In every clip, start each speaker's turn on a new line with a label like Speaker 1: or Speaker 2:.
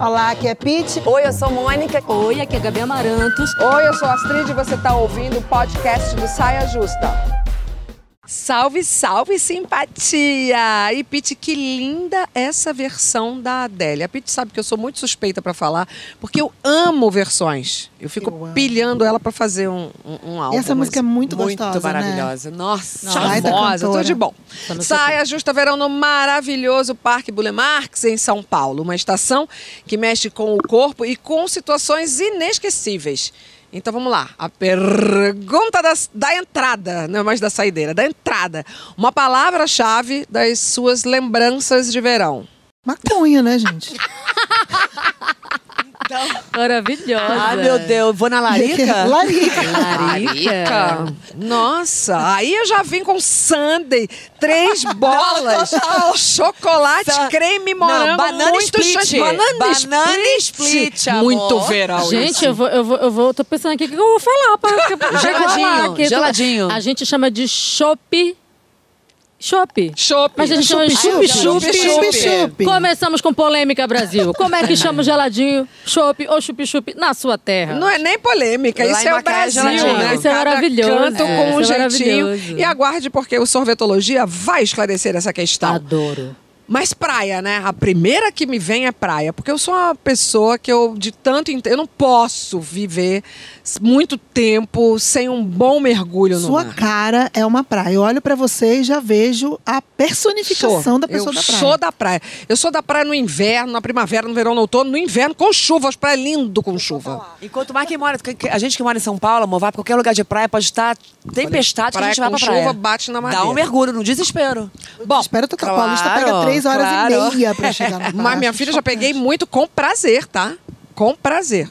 Speaker 1: Olá, aqui é Pete.
Speaker 2: Oi, eu sou Mônica.
Speaker 3: Oi, aqui é Gabi Amarantos.
Speaker 4: Oi, eu sou Astrid e você está ouvindo o podcast do Saia Justa.
Speaker 2: Salve, salve, simpatia! E Pete, que linda essa versão da Adélia. A Pete sabe que eu sou muito suspeita para falar, porque eu amo versões. Eu fico
Speaker 1: Eu amo.
Speaker 2: pilhando ela para fazer um, um, um álbum.
Speaker 1: essa música é muito gostosa, né?
Speaker 2: Muito maravilhosa. Nossa,
Speaker 1: Nossa, baita
Speaker 2: charmosa,
Speaker 1: cantora.
Speaker 2: tudo de bom.
Speaker 3: Tá no seu
Speaker 2: Saia Justa Verão no maravilhoso Parque Bulemarx, em São Paulo. Uma estação que mexe com o corpo e com situações inesquecíveis. Então vamos lá. A pergunta das- da entrada, não é mais da saideira, da entrada. Uma palavra-chave das suas lembranças de verão.
Speaker 1: Maconha, né, gente?
Speaker 3: Maravilhosa.
Speaker 2: Deus, vou na
Speaker 1: Larica.
Speaker 3: Larica.
Speaker 2: Larica. Nossa, aí eu já vim com sundae, três bolas, chocolate,
Speaker 5: Sa-
Speaker 2: creme,
Speaker 5: Não,
Speaker 2: morango,
Speaker 5: banana
Speaker 2: muito
Speaker 5: split.
Speaker 2: chantilly. Banana,
Speaker 5: Banana split, amor.
Speaker 2: Muito verão
Speaker 3: Gente,
Speaker 2: isso.
Speaker 3: eu vou, eu, vou, eu vou, tô pensando aqui o que eu vou falar. Pra, pra
Speaker 5: Geladinho,
Speaker 3: falar, que-
Speaker 5: geladinho.
Speaker 3: A gente chama de chope. Chope.
Speaker 2: Chope.
Speaker 3: Mas a gente chama de
Speaker 2: Chup,
Speaker 3: chup-chup.
Speaker 2: chup.
Speaker 1: Chup-chup.
Speaker 3: Começamos com polêmica, Brasil. Como é que chama o geladinho, chope ou chup-chup na sua terra?
Speaker 2: Não é nem polêmica,
Speaker 5: Lá
Speaker 2: isso
Speaker 5: em
Speaker 2: é o
Speaker 5: Macaé,
Speaker 2: Brasil,
Speaker 5: geladinho.
Speaker 2: né?
Speaker 3: Isso é
Speaker 2: Cada
Speaker 3: maravilhoso,
Speaker 2: Canto
Speaker 3: é,
Speaker 2: com um
Speaker 3: isso é
Speaker 2: jeitinho.
Speaker 3: maravilhoso.
Speaker 2: E aguarde, porque o Sorvetologia vai esclarecer essa questão.
Speaker 3: Adoro.
Speaker 2: Mas praia, né? A primeira que me vem é praia, porque eu sou uma pessoa que eu de tanto inte- eu não posso viver s- muito tempo sem um bom mergulho no
Speaker 1: Sua
Speaker 2: mar.
Speaker 1: cara é uma praia. Eu olho pra você e já vejo a personificação
Speaker 2: Sou.
Speaker 1: da pessoa
Speaker 2: eu
Speaker 1: da praia.
Speaker 2: sou da praia. Eu sou da praia no inverno, na primavera, no verão, no outono, no inverno com chuva. As praias é lindo com chuva.
Speaker 5: Enquanto mais quem mora, que- que- a gente que mora em São Paulo, amor, vai pra qualquer lugar de praia, pode estar tempestade que a
Speaker 2: praia
Speaker 5: gente vai
Speaker 2: com
Speaker 5: pra praia.
Speaker 2: chuva bate na madeira.
Speaker 5: Dá um mergulho, no desespero.
Speaker 2: Bom,
Speaker 1: Espero tocar
Speaker 5: claro,
Speaker 1: paulista pega três horas
Speaker 5: claro.
Speaker 1: e meia pra chegar na
Speaker 2: mas minha filha eu já peguei muito com prazer, tá? Com prazer.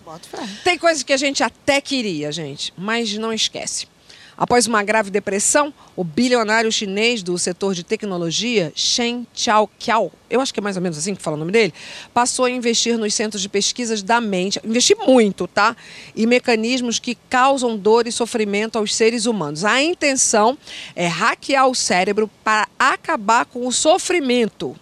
Speaker 2: Tem coisas que a gente até queria, gente, mas não esquece. Após uma grave depressão, o bilionário chinês do setor de tecnologia, Shen Zhaoqiao, eu acho que é mais ou menos assim que fala o nome dele, passou a investir nos centros de pesquisas da mente, investir muito, tá? E mecanismos que causam dor e sofrimento aos seres humanos. A intenção é hackear o cérebro para acabar com o sofrimento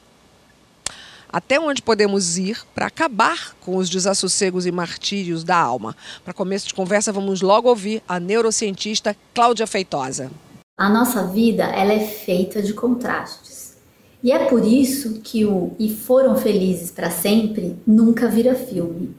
Speaker 2: até onde podemos ir para acabar com os desassossegos e martírios da alma. Para começo de conversa, vamos logo ouvir a neurocientista Cláudia Feitosa.
Speaker 6: A nossa vida ela é feita de contrastes. E é por isso que o E Foram Felizes para Sempre nunca vira filme.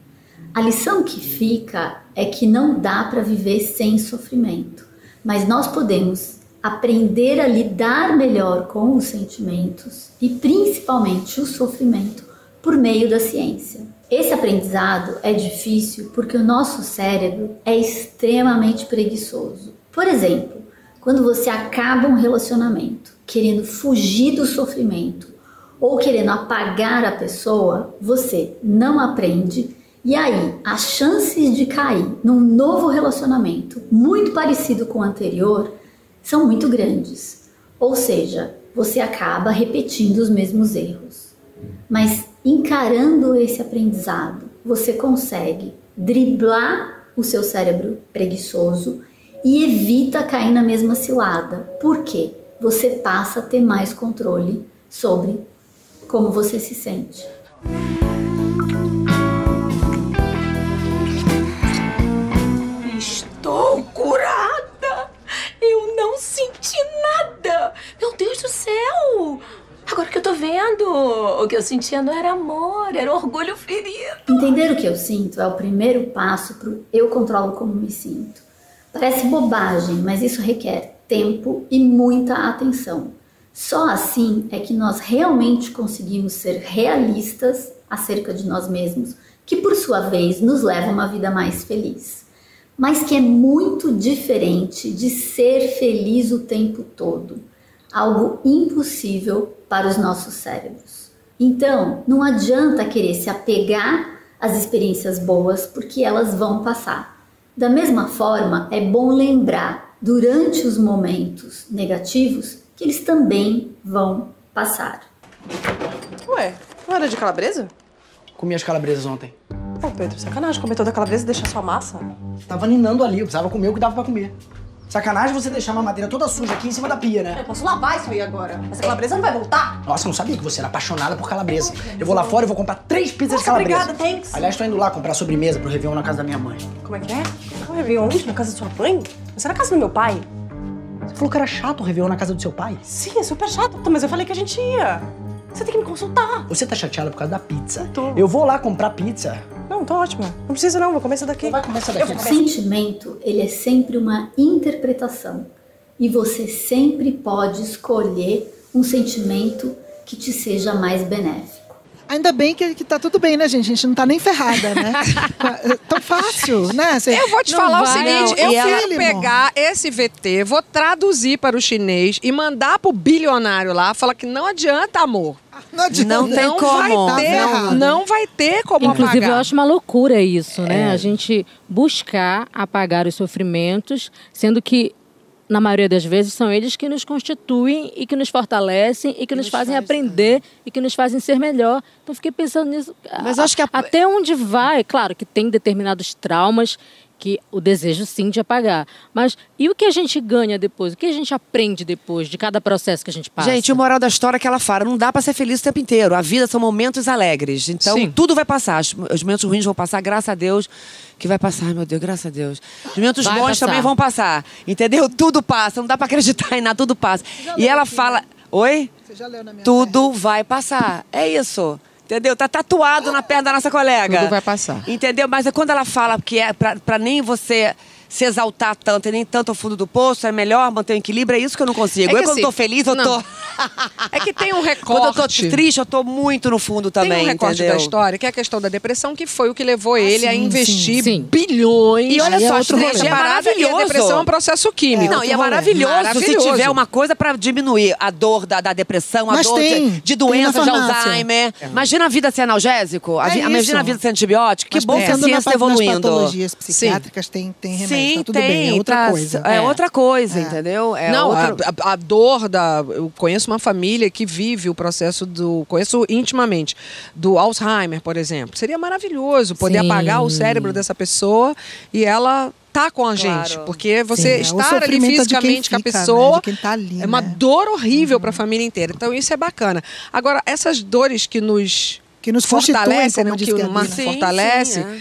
Speaker 6: A lição que fica é que não dá para viver sem sofrimento, mas nós podemos aprender a lidar melhor com os sentimentos e principalmente o sofrimento por meio da ciência. Esse aprendizado é difícil porque o nosso cérebro é extremamente preguiçoso. Por exemplo, quando você acaba um relacionamento querendo fugir do sofrimento ou querendo apagar a pessoa, você não aprende. E aí, as chances de cair num novo relacionamento muito parecido com o anterior são muito grandes. Ou seja, você acaba repetindo os mesmos erros. Mas encarando esse aprendizado, você consegue driblar o seu cérebro preguiçoso e evita cair na mesma cilada. Por quê? Você passa a ter mais controle sobre como você se sente.
Speaker 7: Estou curada! Eu não senti nada! Meu Deus do céu! Agora que eu tô vendo, o que eu sentia não era amor, era orgulho ferido.
Speaker 6: Entender o que eu sinto é o primeiro passo para eu controlo como me sinto. Parece bobagem, mas isso requer tempo e muita atenção. Só assim é que nós realmente conseguimos ser realistas acerca de nós mesmos, que por sua vez nos leva a uma vida mais feliz. Mas que é muito diferente de ser feliz o tempo todo, algo impossível para os nossos cérebros. Então, não adianta querer se apegar às experiências boas, porque elas vão passar. Da mesma forma, é bom lembrar durante os momentos negativos que eles também vão passar.
Speaker 8: Ué, não era de calabresa?
Speaker 9: Comi as calabresas ontem.
Speaker 8: Ô, Pedro, sacanagem comer toda a calabresa e deixar só a massa.
Speaker 9: Tava ninando ali, eu precisava comer o que dava pra comer. Sacanagem você deixar uma madeira toda suja aqui em cima da pia, né?
Speaker 10: Eu posso lavar isso aí agora. Essa calabresa não vai voltar?
Speaker 9: Nossa, eu não sabia que você era apaixonada por calabresa. Eu vou lá fora e vou comprar três pizzas de
Speaker 10: Nossa,
Speaker 9: calabresa.
Speaker 10: obrigada, thanks.
Speaker 9: Aliás, tô indo lá comprar sobremesa pro Réveillon na casa da minha mãe.
Speaker 10: Como é que é? Eu levei onde? Na casa da sua mãe? Você é na casa do meu pai?
Speaker 9: Você falou que era chato o Réveillon na casa do seu pai?
Speaker 10: Sim, é super chato, mas eu falei que a gente ia. Você tem que me consultar.
Speaker 9: Você tá chateada por causa da pizza? Eu
Speaker 10: tô.
Speaker 9: Eu vou lá comprar pizza.
Speaker 10: Não, tá ótimo. Não precisa não, vou comer essa daqui. Vai
Speaker 9: comer essa
Speaker 6: O sentimento, ele é sempre uma interpretação. E você sempre pode escolher um sentimento que te seja mais benéfico.
Speaker 1: Ainda bem que, que tá tudo bem, né, gente? A gente não tá nem ferrada, né? É Tão fácil, né? Cê-
Speaker 2: Eu vou te
Speaker 1: Não
Speaker 2: falar o
Speaker 1: vai,
Speaker 2: seguinte:
Speaker 1: não.
Speaker 2: eu
Speaker 1: E ela-
Speaker 2: quero pegar esse VT, vou traduzir para o chinês e mandar pro bilionário lá, falar que não adianta, amor.
Speaker 1: Não tá
Speaker 5: adianta. Não tem como.
Speaker 2: Vai ter,
Speaker 5: Não.
Speaker 2: não. vai ter como
Speaker 3: Inclusive, eu
Speaker 2: apagar.
Speaker 3: acho uma loucura isso, né?
Speaker 2: É.
Speaker 3: A gente buscar apagar os sofrimentos, sendo que, na maioria das vezes, são eles que nos constituem e que nos fortalecem e que nos fazem aprender e que nos fazem ser melhor. Então, fiquei pensando nisso.
Speaker 11: Mas eu acho que a-
Speaker 3: Até onde vai? Claro que tem determinados traumas que o desejo, sim, de apagar. Mas e o que a gente ganha depois? O que a gente aprende depois de cada processo que a gente passa?
Speaker 5: Gente, o moral da história é que ela fala, não dá pra ser feliz o tempo inteiro. A vida são momentos alegres. Então,
Speaker 3: Sim.
Speaker 5: tudo vai passar. Os os momentos ruins vão passar, graças a Deus. Que vai passar, ai, meu Deus, graças a Deus. Os momentos
Speaker 11: Vai
Speaker 5: bons
Speaker 11: passar.
Speaker 5: também vão passar. Entendeu? Tudo passa. Não dá pra acreditar em nada, tudo passa. E ela fala. Oi? Você
Speaker 1: né? já leu na minha
Speaker 5: Tudo vai passar. É isso. Entendeu? Tá tatuado na perna da nossa colega.
Speaker 11: Tudo vai passar.
Speaker 5: Entendeu? Mas é quando ela fala que é pra, pra nem você se exaltar tanto e nem tanto ao fundo do poço, é melhor manter o equilíbrio, é isso que eu não consigo.
Speaker 2: É
Speaker 5: eu,
Speaker 2: que
Speaker 5: quando tô
Speaker 2: assim,
Speaker 5: feliz, eu
Speaker 2: não.
Speaker 5: tô.
Speaker 2: É que tem um
Speaker 5: Quando eu
Speaker 2: recorte.
Speaker 5: tô triste, eu tô muito no fundo também.
Speaker 2: Tem um recorte
Speaker 5: entendeu? Ah,
Speaker 2: da história, que é a questão da depressão, que foi o que levou ele a
Speaker 5: sim,
Speaker 2: investir
Speaker 5: sim.
Speaker 2: bilhões.
Speaker 5: E olha só,
Speaker 2: outro
Speaker 5: gente, é
Speaker 2: E a
Speaker 5: maravilhoso.
Speaker 2: depressão é um processo químico.
Speaker 5: não, e é maravilhoso, se tiver uma coisa pra diminuir a dor da, da depressão, a
Speaker 2: Mas
Speaker 5: dor de-
Speaker 2: tem.
Speaker 5: de,
Speaker 2: Tem
Speaker 5: doença
Speaker 2: na
Speaker 5: de
Speaker 2: farmácia.
Speaker 5: Alzheimer. Imagina a vida sem analgésico, a
Speaker 1: É
Speaker 5: vi-
Speaker 1: isso.
Speaker 5: imagina a vida sem antibiótico. Que
Speaker 1: Mas
Speaker 5: bom que a
Speaker 1: pensando
Speaker 5: ciência
Speaker 1: na,
Speaker 5: tá evoluindo.
Speaker 1: Nas patologias psiquiátricas tem, tem remédio,
Speaker 5: Sim,
Speaker 1: tá tudo
Speaker 5: tem,
Speaker 1: bem, é outra
Speaker 5: tá-
Speaker 1: coisa.
Speaker 5: é outra coisa, entendeu? É
Speaker 2: não, a-
Speaker 5: outro-
Speaker 2: a, a dor da. Eu conheço uma família que vive o processo do. Conheço intimamente. Do Alzheimer, por exemplo. Seria maravilhoso poder
Speaker 11: Sim.
Speaker 2: apagar o cérebro dessa pessoa e ela tá com a gente. Porque você
Speaker 1: Sim, é, o
Speaker 2: estar ali
Speaker 1: sofrimento é de quem
Speaker 2: fisicamente com a
Speaker 1: fica, né, Uhum.
Speaker 2: pessoa
Speaker 1: de quem tá ali,
Speaker 2: é uma dor horrível para a família inteira. Então isso é bacana. Agora, essas dores que nos.
Speaker 1: Que nos constituem,
Speaker 2: fortalecem,
Speaker 1: como
Speaker 2: né,
Speaker 1: diz
Speaker 2: que
Speaker 1: Gabi,
Speaker 2: o
Speaker 1: né?
Speaker 2: Marco
Speaker 1: Sim,
Speaker 2: fortalece.
Speaker 1: sim, é.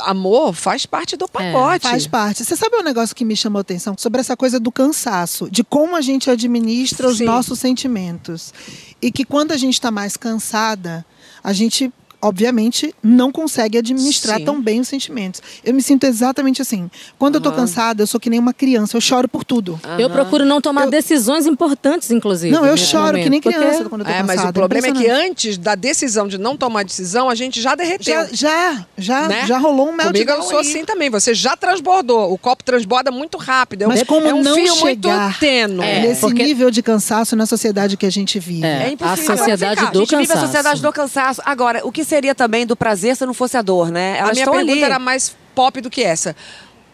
Speaker 2: Amor faz parte do pacote.
Speaker 1: Faz parte. Você sabe um negócio que me chamou a atenção? Sobre essa coisa do cansaço, de como a gente administra os nossos sentimentos. E que quando a gente está mais cansada, a gente, obviamente, não consegue administrar
Speaker 11: Sim.
Speaker 1: tão bem os sentimentos. Eu me sinto exatamente assim. Quando
Speaker 2: Uhum.
Speaker 1: eu tô cansada, eu sou que nem uma criança, eu choro por tudo.
Speaker 2: Ah,
Speaker 3: Eu procuro não tomar decisões importantes, inclusive.
Speaker 1: Não, eu
Speaker 3: nesse
Speaker 1: choro que
Speaker 3: momento,
Speaker 1: nem
Speaker 3: porque-
Speaker 1: criança quando eu tô
Speaker 2: É, mas o
Speaker 1: cansada,
Speaker 2: problema é que
Speaker 1: impressionante.
Speaker 2: antes da decisão de não tomar decisão, a gente já derreteu.
Speaker 1: Já, já,
Speaker 2: Né?
Speaker 1: já rolou um mel
Speaker 2: Comigo
Speaker 1: de
Speaker 2: eu sou assim também. Você já transbordou. O copo transborda muito rápido. É um-
Speaker 1: Mas como
Speaker 2: é um
Speaker 1: não
Speaker 2: fio
Speaker 1: chegar É.
Speaker 2: muito tênue.
Speaker 1: nesse nível de cansaço na sociedade que a gente vive?
Speaker 5: É impossível. Agora, vem cá, a gente vive a sociedade do cansaço. Agora, o que seria também do prazer se não fosse a dor, né? Elas
Speaker 2: a minha
Speaker 5: estão
Speaker 2: pergunta
Speaker 5: ali.
Speaker 2: era mais pop do que essa.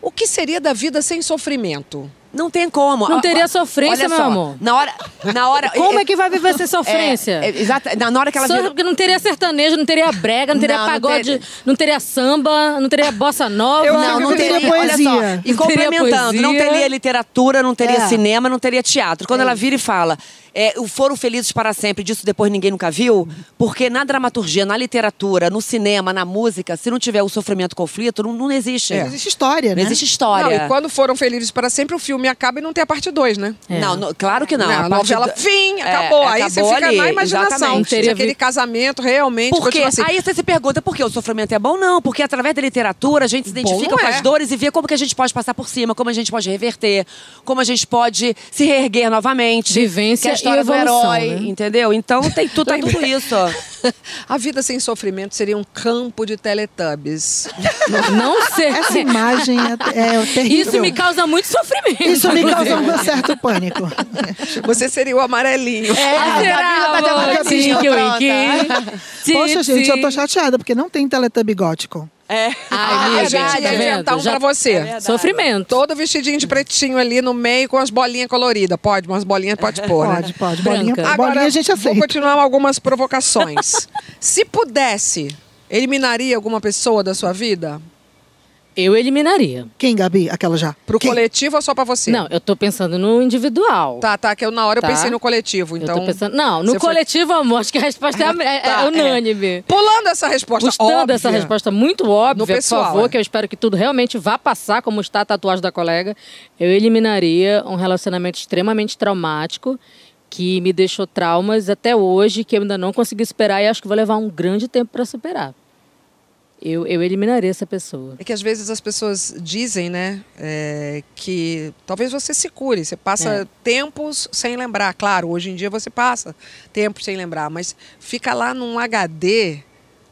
Speaker 2: O que seria da vida sem sofrimento?
Speaker 5: Não tem como.
Speaker 3: Não
Speaker 5: Ah,
Speaker 3: teria
Speaker 5: ah,
Speaker 3: sofrência,
Speaker 5: olha
Speaker 3: meu
Speaker 5: só,
Speaker 3: amor.
Speaker 5: Na hora, na hora.
Speaker 3: Como é que vai viver sem sofrência?
Speaker 5: É, é, exata- na na hora que ela
Speaker 3: Só
Speaker 5: vira-
Speaker 3: porque não teria sertanejo, não teria brega, não teria
Speaker 5: Não, não
Speaker 3: pagode, não,
Speaker 5: teria-
Speaker 3: teria samba, não teria bossa nova.
Speaker 5: não, não teria, poesia. Olha só, e complementando, não teria literatura, não teria
Speaker 3: É.
Speaker 5: cinema, não teria teatro. Quando ela vira e fala, é, o foram felizes para sempre, disso depois ninguém nunca viu, porque na dramaturgia, na literatura, no cinema, na música, se não tiver o sofrimento, conflito, não, não existe.
Speaker 2: é.
Speaker 1: Não existe história,
Speaker 5: Não
Speaker 1: né?
Speaker 5: existe história.
Speaker 2: Não, e quando foram felizes para sempre, o filme acaba e não tem a parte 2, né?
Speaker 5: Não, no- claro que não.
Speaker 2: a
Speaker 5: A parte
Speaker 2: novela,
Speaker 5: do-
Speaker 2: fim,
Speaker 5: É,
Speaker 2: acabou. aí você
Speaker 5: acabou
Speaker 2: fica
Speaker 5: ali,
Speaker 2: na imaginação.
Speaker 5: exatamente.
Speaker 2: Se aquele casamento realmente
Speaker 5: Porque
Speaker 2: continua assim.
Speaker 5: aí você se pergunta por que o sofrimento é bom? Não, porque através da literatura a gente se identifica
Speaker 2: não
Speaker 5: com
Speaker 2: é.
Speaker 5: as dores e vê como que a gente pode passar por cima, como a gente pode reverter, como a gente pode se reerguer novamente.
Speaker 3: Vivência
Speaker 5: que é a
Speaker 3: e
Speaker 5: história
Speaker 3: evolução,
Speaker 5: do herói,
Speaker 3: né?
Speaker 5: entendeu? Então tem tudo, tá tudo isso.
Speaker 2: A vida sem sofrimento seria um campo de Teletubbies.
Speaker 3: Não sei.
Speaker 1: Essa imagem é, é terrível.
Speaker 3: Isso me causa muito sofrimento.
Speaker 1: Isso me causa um
Speaker 3: inclusive.
Speaker 1: certo pânico.
Speaker 2: Você seria o amarelinho.
Speaker 1: É,
Speaker 3: Ah,
Speaker 5: Ah,
Speaker 1: a Camila tá de amarelinho,
Speaker 3: tá?
Speaker 1: pronta. Poxa, gente, eu tô chateada, porque não tem Teletubby gótico.
Speaker 5: É.
Speaker 2: Ai,
Speaker 3: amiga,
Speaker 2: a gente
Speaker 3: tá
Speaker 2: ia inventar
Speaker 3: vendo?
Speaker 2: um
Speaker 3: Já-
Speaker 2: pra você.
Speaker 3: É verdade. Sofrimento.
Speaker 2: Todo vestidinho de pretinho ali no meio com as bolinhas coloridas. Pode, umas bolinhas pode pôr. né?
Speaker 1: Pode, pode. Bolinha- Branca.
Speaker 2: Agora,
Speaker 1: bolinha a gente aceita.
Speaker 2: Vou continuar algumas provocações. Se pudesse, eliminaria alguma pessoa da sua vida?
Speaker 3: Eu eliminaria.
Speaker 1: Quem, Gabi? Aquela já.
Speaker 2: Pro coletivo ou só pra você?
Speaker 3: Não, eu tô pensando no individual.
Speaker 2: Tá, tá, que eu na hora
Speaker 3: Tá.
Speaker 2: eu pensei no coletivo,
Speaker 3: Eu
Speaker 2: então.
Speaker 3: tô pensando. Não, no
Speaker 2: Você foi-
Speaker 3: coletivo, amor, acho que a resposta é, a- é- é
Speaker 2: Tá, é.
Speaker 3: unânime.
Speaker 2: Pulando essa resposta
Speaker 3: Gostando
Speaker 2: óbvia.
Speaker 3: dessa resposta muito óbvia,
Speaker 2: No pessoal,
Speaker 3: por favor,
Speaker 2: é.
Speaker 3: que eu espero que tudo realmente vá passar como está a tatuagem da colega. Eu eliminaria um relacionamento extremamente traumático que me deixou traumas até hoje que eu ainda não consegui superar e acho que vou levar um grande tempo para superar. Eu, eu eliminaria essa pessoa.
Speaker 2: É que às vezes as pessoas dizem, né, é, que talvez você se cure, você passa
Speaker 3: É.
Speaker 2: tempos sem lembrar. Claro, hoje em dia você passa tempos sem lembrar, mas fica lá num HD,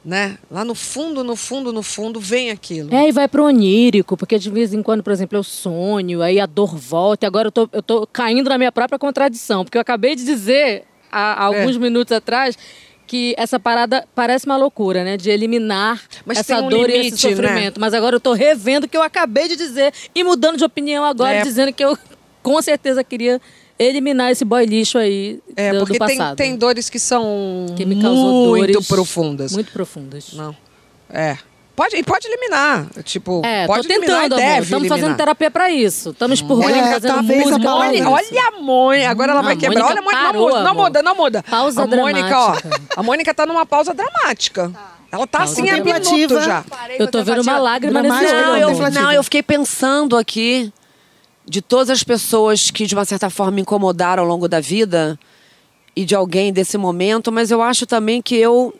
Speaker 2: né, lá no fundo, no fundo, no fundo, vem aquilo.
Speaker 3: É, e vai pro onírico, porque de vez em quando, por exemplo, eu sonho, aí a dor volta, e agora eu tô, eu tô caindo na minha própria contradição, porque eu acabei de dizer há, há
Speaker 2: É.
Speaker 3: alguns minutos atrás que essa parada parece uma loucura, né? De eliminar
Speaker 2: Mas
Speaker 3: essa
Speaker 2: tem um
Speaker 3: dor e
Speaker 2: limite,
Speaker 3: esse
Speaker 2: né?
Speaker 3: sofrimento. Mas agora eu tô revendo o que eu acabei de dizer e mudando de opinião agora,
Speaker 2: É.
Speaker 3: dizendo que eu com certeza queria eliminar esse boy lixo aí
Speaker 2: É,
Speaker 3: do, do
Speaker 2: porque tem,
Speaker 3: passado.
Speaker 2: tem dores que são
Speaker 3: que me causou
Speaker 2: muito
Speaker 3: dores
Speaker 2: profundas.
Speaker 3: Muito profundas.
Speaker 2: Não. É. Pode, e pode eliminar. Tipo,
Speaker 3: É,
Speaker 2: pode
Speaker 3: tô
Speaker 2: eliminar e
Speaker 3: tentando, amor.
Speaker 2: deve
Speaker 3: Estamos
Speaker 2: eliminar.
Speaker 3: fazendo terapia pra isso.
Speaker 5: É,
Speaker 3: Estamos expurgando,
Speaker 2: Olha,
Speaker 3: fazendo
Speaker 2: talvez
Speaker 3: música.
Speaker 2: a Mônica, olha a Mônica. Agora ela
Speaker 3: Hum,
Speaker 2: vai
Speaker 3: a
Speaker 2: quebrar. Olha
Speaker 3: Mônica
Speaker 2: a Mônica.
Speaker 3: parou,
Speaker 2: não muda, não
Speaker 3: amor.
Speaker 2: muda, não muda.
Speaker 3: Pausa
Speaker 2: a Mônica,
Speaker 3: dramática.
Speaker 2: ó. A Mônica tá numa pausa dramática. Ela tá
Speaker 3: Pausa
Speaker 2: assim há
Speaker 1: dramática.
Speaker 2: minuto já.
Speaker 3: Eu tô vendo uma lágrima nesse
Speaker 1: Dramática,
Speaker 5: Não,
Speaker 1: Olha,
Speaker 5: eu,
Speaker 1: Deus.
Speaker 5: não, eu fiquei pensando aqui de todas as pessoas que, de uma certa forma, me incomodaram ao longo da vida e de alguém desse momento, mas eu acho também que eu.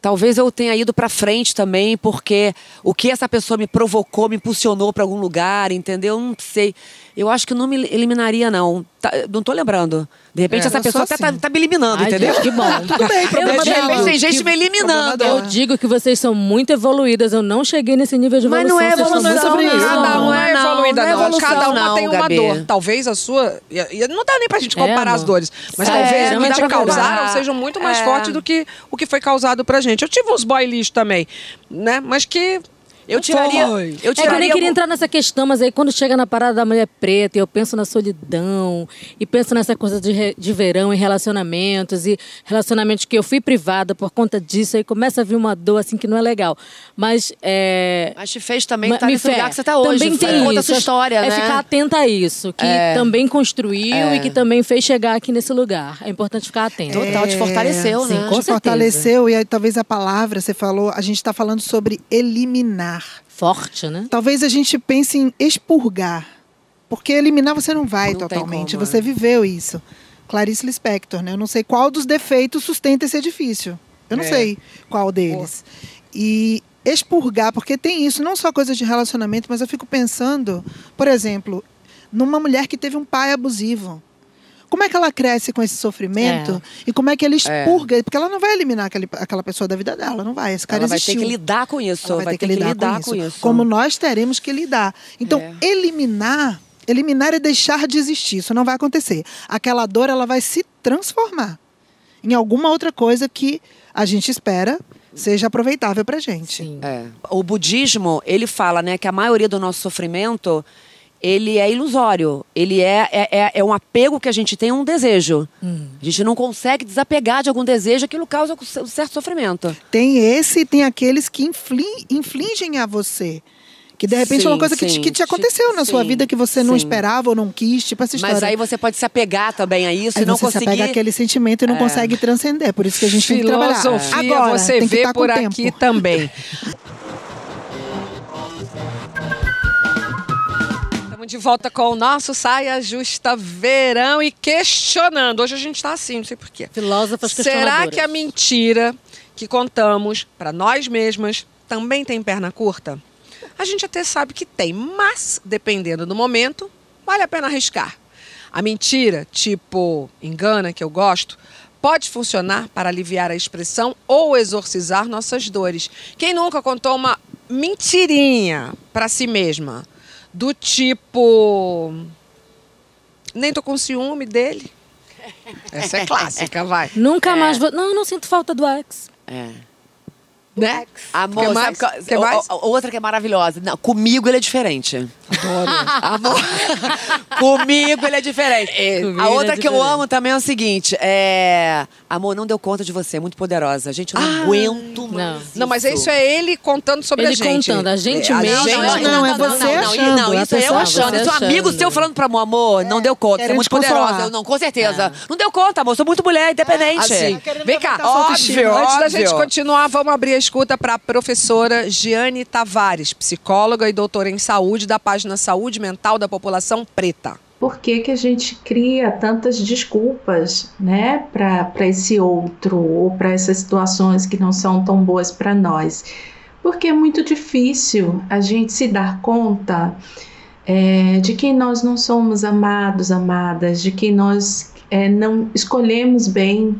Speaker 5: Talvez eu tenha ido pra frente também, porque o que essa pessoa me provocou, me impulsionou pra algum lugar, entendeu? Não sei. Eu acho que eu não me eliminaria, não. Tá, não tô lembrando. De repente,
Speaker 1: É,
Speaker 5: essa
Speaker 1: eu sou
Speaker 5: pessoa até tá,
Speaker 1: assim.
Speaker 5: tá me eliminando,
Speaker 3: Ai,
Speaker 5: entendeu?
Speaker 3: gente, que bom.
Speaker 1: Tudo bem, problema
Speaker 5: Eu, de repente,
Speaker 1: dela.
Speaker 5: tem gente me eliminando.
Speaker 3: Eu digo que vocês são muito evoluídas. Eu não cheguei nesse nível de
Speaker 5: Mas
Speaker 3: evolução.
Speaker 5: não é
Speaker 3: vocês
Speaker 5: evolução,
Speaker 3: estão muito sobre isso.
Speaker 5: não.
Speaker 2: Cada um é
Speaker 5: não, não
Speaker 2: evoluída,
Speaker 5: é
Speaker 2: não.
Speaker 5: evolução,
Speaker 2: Cada uma
Speaker 5: não,
Speaker 2: tem uma
Speaker 5: Gabi.
Speaker 2: dor. Talvez a sua. e- e Não dá nem pra gente
Speaker 3: É,
Speaker 2: comparar as
Speaker 3: amor.
Speaker 2: dores. Mas
Speaker 3: É,
Speaker 2: talvez o
Speaker 3: não
Speaker 2: que
Speaker 3: dá
Speaker 2: te
Speaker 3: pra comparar.
Speaker 2: causaram sejam muito mais
Speaker 5: É.
Speaker 2: fortes do que o que foi causado pra gente. Eu tive uns boy lixo também, né? Mas que.
Speaker 5: Eu tiraria.
Speaker 2: Foi.
Speaker 5: Eu
Speaker 3: É que eu nem
Speaker 5: tiraria
Speaker 3: queria entrar nessa questão, mas aí quando chega na parada da mulher preta, e eu penso na solidão, e penso nessa coisa de, re- de verão e relacionamentos, e relacionamentos que eu fui privada por conta disso, aí começa a vir uma dor assim que não é legal. Mas é,
Speaker 5: Mas te fez também
Speaker 3: Ma-
Speaker 5: estar nesse
Speaker 3: Mifé,
Speaker 5: lugar que você tá hoje.
Speaker 3: Também
Speaker 5: Foi
Speaker 3: tem
Speaker 5: conta a
Speaker 3: isso.
Speaker 5: sua história,
Speaker 3: é
Speaker 5: né? É.
Speaker 3: ficar atenta a isso, que também construiu e que também fez chegar aqui nesse lugar. É importante ficar atento.
Speaker 5: Total, te fortaleceu,
Speaker 3: sim,
Speaker 5: né?
Speaker 3: com
Speaker 1: Te
Speaker 3: certeza.
Speaker 1: fortaleceu, e aí talvez a palavra, você falou, a gente tá falando sobre eliminar.
Speaker 3: Forte, né?
Speaker 1: Talvez a gente pense em expurgar. Porque eliminar você não vai
Speaker 5: Não tem
Speaker 1: totalmente.
Speaker 5: como, né?
Speaker 1: você viveu isso. Clarice Lispector, né? Eu não sei qual dos defeitos sustenta esse edifício. Eu não
Speaker 5: É.
Speaker 1: sei qual deles. E expurgar, porque tem isso, não só coisa de relacionamento, mas eu fico pensando, por exemplo, numa mulher que teve um pai abusivo. Como é que ela cresce com esse sofrimento? E como é que ela expurga? Porque ela não vai eliminar aquele, aquela pessoa da vida dela, não vai. Esse cara
Speaker 5: Ela vai ter
Speaker 1: existiu.
Speaker 5: que lidar com isso.
Speaker 1: Ela
Speaker 5: vai, ter que lidar, com, isso. É.
Speaker 1: Como nós teremos que lidar. Então, eliminar, eliminar é deixar de existir. Isso não vai acontecer. Aquela dor, ela vai se transformar em alguma outra coisa que a gente espera seja aproveitável pra gente.
Speaker 3: Sim.
Speaker 5: É. O budismo, ele fala, né, que a maioria do nosso sofrimento, ele é ilusório. Ele é, é, é- é um apego que a gente tem a um desejo.
Speaker 3: Hum.
Speaker 5: A gente não consegue desapegar de algum desejo, aquilo causa um certo sofrimento.
Speaker 1: Tem esse e tem aqueles que infli- infligem a você. Que de repente é uma
Speaker 5: Sim,
Speaker 1: coisa que te,
Speaker 5: sim.
Speaker 1: que te aconteceu na
Speaker 5: Sim,
Speaker 1: sua vida que você não
Speaker 5: sim.
Speaker 1: esperava ou não quis, tipo essa história.
Speaker 5: Mas aí você pode se apegar também a isso
Speaker 1: Aí
Speaker 5: e não
Speaker 1: você se
Speaker 5: conseguir... É.
Speaker 1: apega àquele sentimento e não consegue transcender. Por isso que a gente tem que trabalhar.
Speaker 2: Filosofia,
Speaker 1: Agora,
Speaker 2: você
Speaker 1: tem que
Speaker 2: vê
Speaker 1: tá com
Speaker 2: por
Speaker 1: tempo.
Speaker 2: aqui também. Estamos de volta com o nosso Saia Justa Verão e questionando. Hoje a gente está assim, não sei porquê.
Speaker 3: Filósofas
Speaker 2: Será
Speaker 3: questionadoras.
Speaker 2: que a mentira que contamos para nós mesmas também tem perna curta? A gente até sabe que tem, mas dependendo do momento, vale a pena arriscar. A mentira, tipo engana, que eu gosto, pode funcionar para aliviar a expressão ou exorcizar nossas dores. Quem nunca contou uma mentirinha para si mesma? Do tipo. Nem tô com ciúme dele. Essa é clássica, vai.
Speaker 3: Nunca mais vou. Não, não sinto falta do ex.
Speaker 5: É.
Speaker 2: Né?
Speaker 5: Amor,
Speaker 2: Quer
Speaker 5: sabe
Speaker 2: mais?
Speaker 5: qual-
Speaker 2: Quer
Speaker 5: o-
Speaker 2: mais?
Speaker 5: o- outra que é maravilhosa. Não, comigo ele é diferente.
Speaker 2: Adoro.
Speaker 5: Amor, comigo ele é diferente.
Speaker 12: comigo
Speaker 5: a
Speaker 12: ele é
Speaker 5: outra que eu
Speaker 12: diferente.
Speaker 5: amo também é o seguinte: é. Amor, não deu conta de você, é muito poderosa. Gente, eu não aguento mais.
Speaker 2: Ah, Não, mas isso é ele contando sobre
Speaker 5: Ele
Speaker 2: a gente.
Speaker 5: contando, a gente mesmo.
Speaker 2: gente- é
Speaker 5: Não, não, não, não, não, não, não, isso é eu achando, isso é um amigo seu falando pra amor, amor, não deu conta, você é
Speaker 12: querendo
Speaker 5: muito
Speaker 12: te consolar.
Speaker 5: poderosa. Eu não, com
Speaker 2: É.
Speaker 5: certeza. Não deu conta, amor, sou muito mulher, independente.
Speaker 2: Assim, vem cá,
Speaker 5: óbvio,
Speaker 2: Antes da
Speaker 5: óbvio.
Speaker 2: gente continuar, vamos abrir a escuta para a professora Giane Tavares, psicóloga e doutora em saúde da página Saúde Mental da População Preta.
Speaker 13: Por que, que a gente cria tantas desculpas, né, para esse outro ou para essas situações que não são tão boas para nós? Porque é muito difícil a gente se dar conta é, de que nós não somos amados, amadas, de que nós é, não escolhemos bem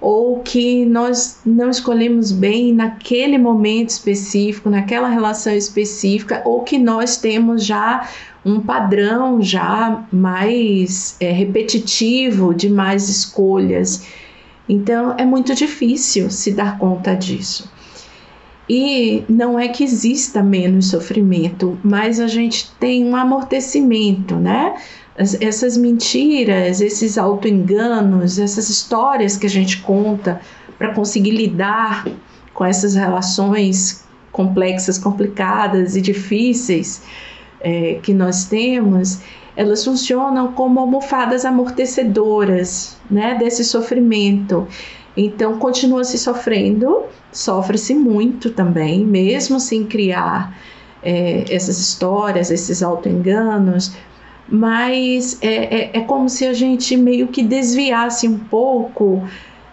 Speaker 13: ou que nós não escolhemos bem naquele momento específico, naquela relação específica, ou que nós temos já um padrão já mais é, repetitivo de mais escolhas. Então é muito difícil se dar conta disso. E não é que exista menos sofrimento, mas a gente tem um amortecimento, né? As- Essas mentiras, esses autoenganos, essas histórias que a gente conta para conseguir lidar com essas relações complexas, complicadas e difíceis eh, que nós temos, elas funcionam como almofadas amortecedoras né, desse sofrimento. Então, continua se sofrendo, sofre-se muito também, mesmo sem criar eh, essas histórias, esses autoenganos, mas é, é, é como se a gente meio que desviasse um pouco